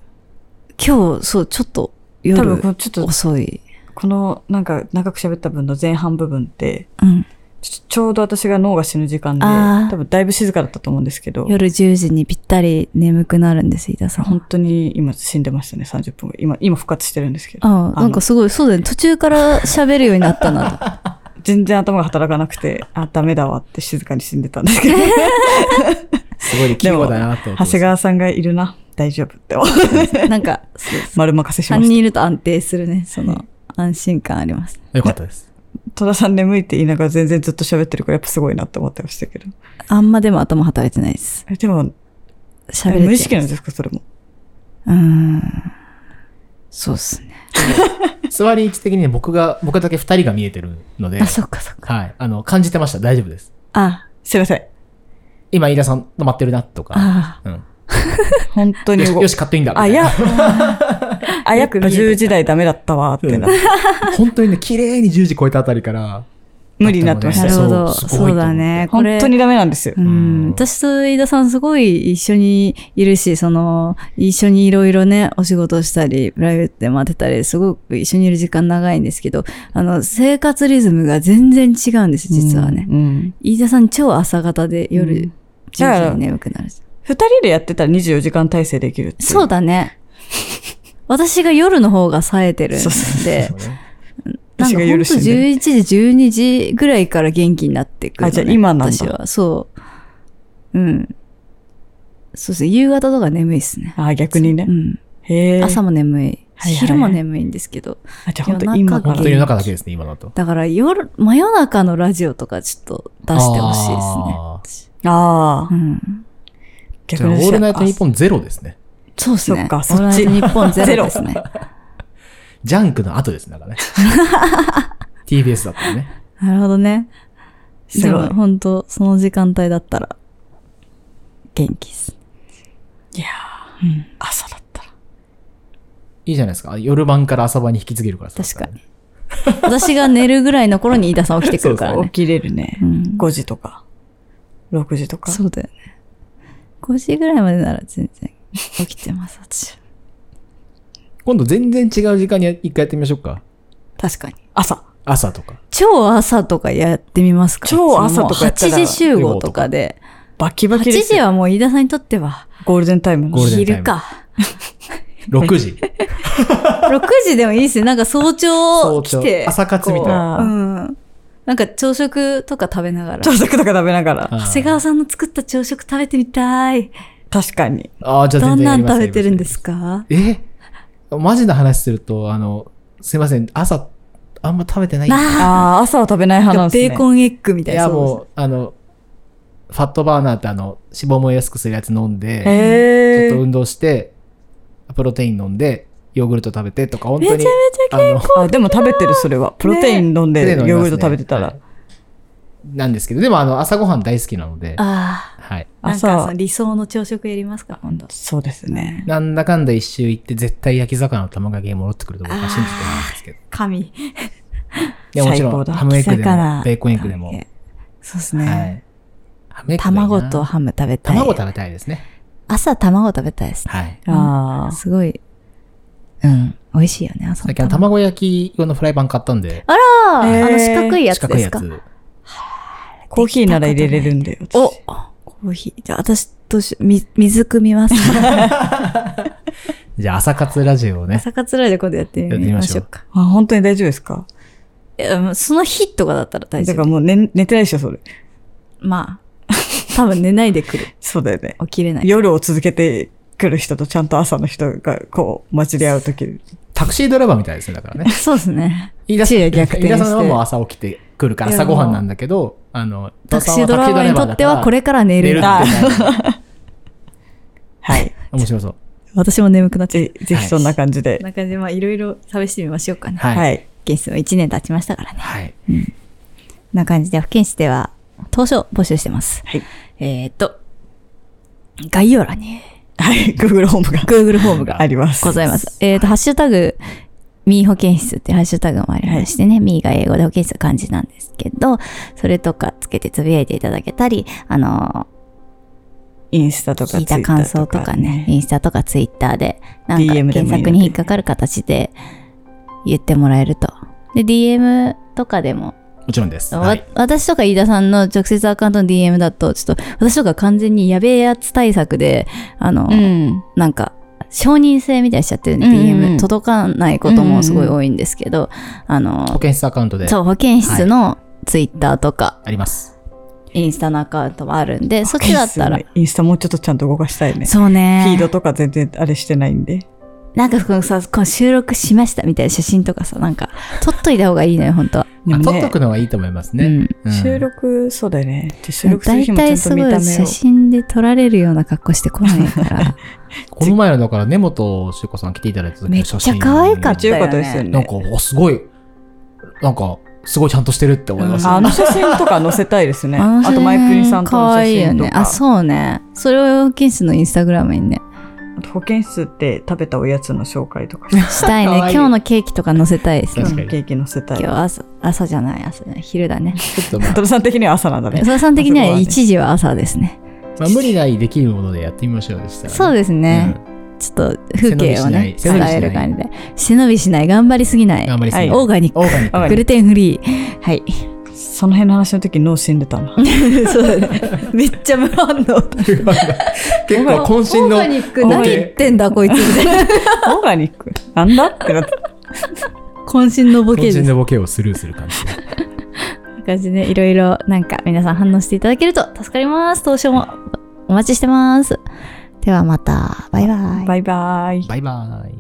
S1: 今日、そう、ちょっと
S3: 多分
S1: 夜
S3: こうちょっと
S1: 遅い。
S3: このなんか長く喋った分の前半部分って、
S1: うん。
S3: ちょちょうど私が脳が死ぬ時間で
S1: あー、
S3: 多分だいぶ静かだったと思うんですけど、
S1: 夜10時にぴったり眠くなるんです、伊田さん。
S3: 本当に今死んでましたね、30分ぐらい。今、今復活してるんですけど、
S1: ああ、
S3: の
S1: なんかすごい、そうだよね。途中から喋るようになったなと。
S3: 全然頭が働かなくて、あ、ダメだわって静かに死んでた んですけど、
S2: すごい器用だなと思ってま
S3: 長
S2: す。
S3: 谷川さんがいるな、大丈夫って 思う、
S1: なんか、そうです
S3: 丸任せしま
S1: 3
S3: した。
S1: 人いると安定するね。その、安心感あります。
S2: よかったです。
S3: 戸田さん眠いって言いながら全然ずっと喋ってるからやっぱすごいなって思ってましたけど。
S1: あんまでも頭働いてないです。
S3: えでも、
S1: 喋れて
S3: 無意識なんですか、それも。
S1: うーん。そうっすね。
S2: 座り位置的にね僕が、僕だけ二人が見えてるので
S1: あ、、そっかそっか。
S2: はい。あの、感じてました。大丈夫です。
S1: あ、
S3: すいま せん。
S2: 今、飯田さん止まってるなとか、
S1: あ
S2: うん。
S3: 本当に
S2: よし、
S3: 動
S2: よし、カットインだ。み
S3: あ、
S2: たい
S3: い
S2: な
S3: や、あ、やっぱ10時台ダメだったわってな、
S2: 本当にね、綺麗に10時超えたあたりから、
S3: 無理になってまし
S1: あ。な
S3: た
S1: る
S3: よ。
S1: ほど。
S2: そうすごい
S1: そ
S2: と
S1: うだね。こ
S3: 本
S1: れ
S3: 当にダメなんですよ
S1: う。ん、私と飯田さんすごい一緒にいるし、その、一緒にいろいろね、お仕事したり、プライベートで待ってたり、すごく一緒にいる時間長いんですけど、あの、生活リズムが全然違うんです、実はね。
S3: うん。うん
S1: 飯田さん超朝方で夜
S3: うん
S1: 10時に眠くなる。
S3: 二人でやってたら24時間体制できるってい
S1: そうだね。私が夜の方が冴えてるん
S3: そうそ
S1: で、
S2: そうね
S1: なん
S3: 私
S1: か
S3: が
S1: ほん
S3: 夜
S1: と
S3: 死んでる
S1: 11時、12時ぐらいから元気になってくるの、ね。
S3: あじゃあ今なんだ
S1: 私は、そう。うん。そうですね。夕方とか眠いっすね。
S3: あ、逆にね
S1: う。ん。
S3: へえ。
S1: 朝も眠い。
S3: はいはいはい
S1: 昼も眠いんですけど。
S3: あ、じゃあ本当に今か
S2: 本
S3: ら
S2: 当。に夜中だけですね、今だと。
S1: だから夜、真夜中のラジオとかちょっと出してほしい
S2: あ
S1: ですね。
S3: あ
S1: う
S3: あ、
S1: ん。
S2: じ
S3: 逆
S2: ゃあ、オ
S3: に。
S2: ールナイトニッポンゼロですね。
S1: そうですね。
S3: そっかそっち
S1: オールナイト日本ゼロ ですね。
S2: ジャンクの後ですね、だから ね。TBS だったらね。
S1: なるほどね。
S3: す
S1: で
S3: ごい
S1: も本当その時間帯だったら、元気っす。
S3: いやー
S1: うん
S3: 朝だったら。
S2: いいじゃないですか。夜晩から朝晩に引き継げるから
S1: 確かに。私が寝るぐらいの頃に飯田さん起きてくるから
S2: そう
S1: ね。
S3: 起きれるね
S1: う。ん
S3: 5時とか、6時とか。
S1: そうだよね。5時ぐらいまでなら全然起きてます、私は。
S2: 今度全然違う時間に一回やってみましょうか。
S1: 確かに。
S3: 朝。
S2: 朝とか。
S1: 超朝とかやってみますか
S3: 超朝とかやった
S1: 8
S3: ら
S1: 時集合とかで。
S3: バキバ
S1: 8
S3: キです
S1: 時
S3: よ。
S1: はもう飯田さんにとっては
S3: ゴールデンタイムの
S2: ゴールデンタイム
S1: 昼か。
S2: 6時。
S1: 6時でもいいですね。なんか早朝
S2: 早
S1: 来
S2: 朝
S1: て。
S2: 朝活みたい
S1: こ
S2: な。
S1: うう
S3: あ
S1: ん。なんか朝食とか食べながら。
S3: 朝食とか食べながら。
S2: あー
S1: 長谷川さんの作った朝食食べてみたい。
S3: 確かに。
S2: ああ、じゃあ
S1: ど
S2: 全
S1: ん
S2: 然や
S1: な
S2: り
S1: ん
S2: ます
S1: 食べてるんです
S2: か
S1: か
S2: えマジな話すると、あの、すいません、朝、あんま食べてない。い
S1: なあ
S3: ああ、朝は食べない
S1: なん
S3: 派な
S1: か
S3: んですね。
S1: ベーコンエッグみたいな。
S2: や、
S1: そうです
S2: もう、あの、ファットバーナーってあの、脂肪燃えやすくするやつ飲んで、
S3: へ
S2: ちょっと
S3: え。
S2: 運動して、プロテイン飲んで、ヨーグルト食べてとか、本当に。
S1: めちゃ
S2: めちゃ健康
S3: あ、でも食べてる、それは。プロテイン飲んで、ヨーグルト食べてたら。
S2: なんですけど、でもあの、朝ごはん大好きなので、
S1: あ
S2: はい。
S1: あ。なん
S3: 朝
S1: かその理想の朝食やりますか、今度。
S3: そうですね。
S2: なんだかんだ一周行って、絶対焼き魚の卵かけに戻ってくると僕は信じてないんですけど。
S1: 神。
S2: でもちろ
S3: 最
S2: ん、
S3: 高だ
S2: ハムエッグでも
S1: 魚、
S2: ベーコンエッグでも。
S1: そうですね。
S2: はい。ハムエッグがいいな
S1: 卵とハム食べたい。
S2: 卵食べたいですね。
S1: 朝卵食べたいですね。
S2: はい。
S3: ああ。
S1: すごい。うん。美味しいよね、朝
S2: さっ
S1: の
S2: きあの
S1: 卵。
S2: 卵焼き用のフライパン買ったんで、
S1: あら、あの
S3: へー
S1: 四角いやつ
S2: 四角
S1: で
S2: い
S1: す
S2: や
S1: か
S2: つ。
S3: コーヒーなら入れれるんだよ。私
S1: おコーヒー。じゃあ私とし、み、水汲みます。
S2: じゃあ、朝活ラジオをね、
S1: 朝活らいで今度やってみましょうか。
S3: あ、本当に大丈夫ですか
S1: いやもうその日とかだったら大丈
S3: だから
S1: 夫。
S3: もう寝寝てないでしょ、それ。
S1: まあ、多分寝ないで来る。
S3: そうだよね。
S1: 起きれない。。
S3: 夜を続けてくる人とちゃんと朝の人がこう混じり合うとき。
S2: タクシードライバーみたいですね、だからね
S1: そうですね。
S2: 飯田さん
S1: 昼夜逆転して
S2: 飯田さんはもう朝起きてくるから朝ごはんなんだけど、あの、
S1: タクシードライバーにとってはこれから寝る
S2: 寝る
S1: ん
S2: み
S1: だ。
S2: たいな。
S3: はい。
S2: 面白そう。
S1: 私も眠くなっちゃ
S3: ぜぜひそんな感じ
S1: う。
S3: で。
S1: なんかでまあいろいろ試してみましょうかね。
S2: はい。は。
S3: はいい。
S1: ケースも1年経ちましたからね。こんな感じで、不検視では、当初募集してます。
S3: はい。
S1: えーっと、概要欄に
S3: はい。Google ホームが
S1: Google フォームが
S3: あります。
S1: ござ います。えっ、と、ハッシュタグ、ミー保健室っていうハッシュタグもありましてね、ミーが英語で保健室は漢字なんですけど、それとかつけてつぶやいていただけたり、あの
S3: インスタとか
S1: 聞いた感想とかね、インスタとかツイッターで、なんか
S3: DM でもいいので
S1: 検索に引っかかる形で言ってもらえると。で、DM とかでも、
S2: もちろんです。
S1: わ
S2: はい。
S1: 私とか飯田さんの直接アカウントの DM だと、ちょっと、私とか完全にやべえやつ対策で、あの、
S3: うん。
S1: なんか、承認制みたいにしちゃってるんで、
S3: うんうんうん
S1: DM 届かないこともすごい多いんですけど、あ
S2: 保
S1: の、
S2: 健室アカウントで
S1: そう、保健室のツイッターとか、
S2: あります。
S1: インスタのアカウントもあるんで、そっちだったら
S3: いい。すねインスタもうちょっとちゃんと動かしたいね。
S1: そうね。
S3: フィードとか全然あれしてないんで。
S1: なんかこのさ、この収録しましたみたいな写真とかさ、なんか、撮っといた方がいいのよ、本当は。
S3: で
S2: あ
S3: も
S2: 取っ
S3: ね
S2: とくのはいいと思います
S1: う
S2: ね。
S1: ん。
S2: うん
S3: 収録、そうだよね。じゃあ収録する
S1: 大
S3: 日もちゃ
S1: 体
S3: んと
S1: す
S3: 見
S1: ご
S3: た
S1: い
S3: 目
S1: 写
S3: を。
S1: 真で撮られるような格好してこない から。
S2: この前のだから根本修子さん来ていただいた時の写真
S1: めっちゃ可愛かった
S3: 強かったですよ
S2: なん
S3: ね
S2: か。おすごいなんかすごいちゃんとしてるって思いました、
S3: あの写真とか載せたいですね。
S1: の
S3: あ
S1: 写真
S3: とマイプリンさんとの
S1: 可
S3: 写
S1: 愛いよ
S3: 真と
S1: ね。
S3: か。
S1: あ、そうね。それをケンスのインスタグラムに ね。
S3: あと保健室って食べたおやつの紹介とかして、
S1: したいね。
S2: 可愛い
S1: 今日のケーキとか載せたいです
S2: 確
S1: ね
S2: か。に
S3: 今日のケーキ載せたい。
S1: 今日
S3: ト
S1: 朝、朝じゃない、朝じゃない、昼だね。
S2: ちょっとまあ、
S3: ロさん的には朝なんだね
S1: 宇。佐さん的には
S3: 朝ごはんね
S1: 1時は朝ですね。
S2: まあ無理ないできるものでやってみましょうでしたらね
S1: そうですね。
S2: うん
S1: ちょっと風景をね、
S2: 背伸びしない
S1: 伝える感じで。背伸びしない、頑張りすぎない。
S2: 頑張りすぎない
S1: オーガニック。
S2: オーガニック
S3: オーガニック
S1: グルテンフリー。はい。
S3: その辺の話の時脳死んでたな。
S1: そうだね。めっちゃ無反応。
S2: 結構渾身の
S1: オーガニック何言ってんだこいつみたいな。
S3: オーガニックなんだってなって。
S1: 渾身のボケで
S2: 渾
S1: す。
S2: 身
S1: こ
S2: のボケをスルーする感じで
S1: んな感じでいろいろなんか皆さん反応していただけると助かります。投書もお待ちしてます。ではまた。バイバイ。
S3: バイバイ。
S2: バイバーイ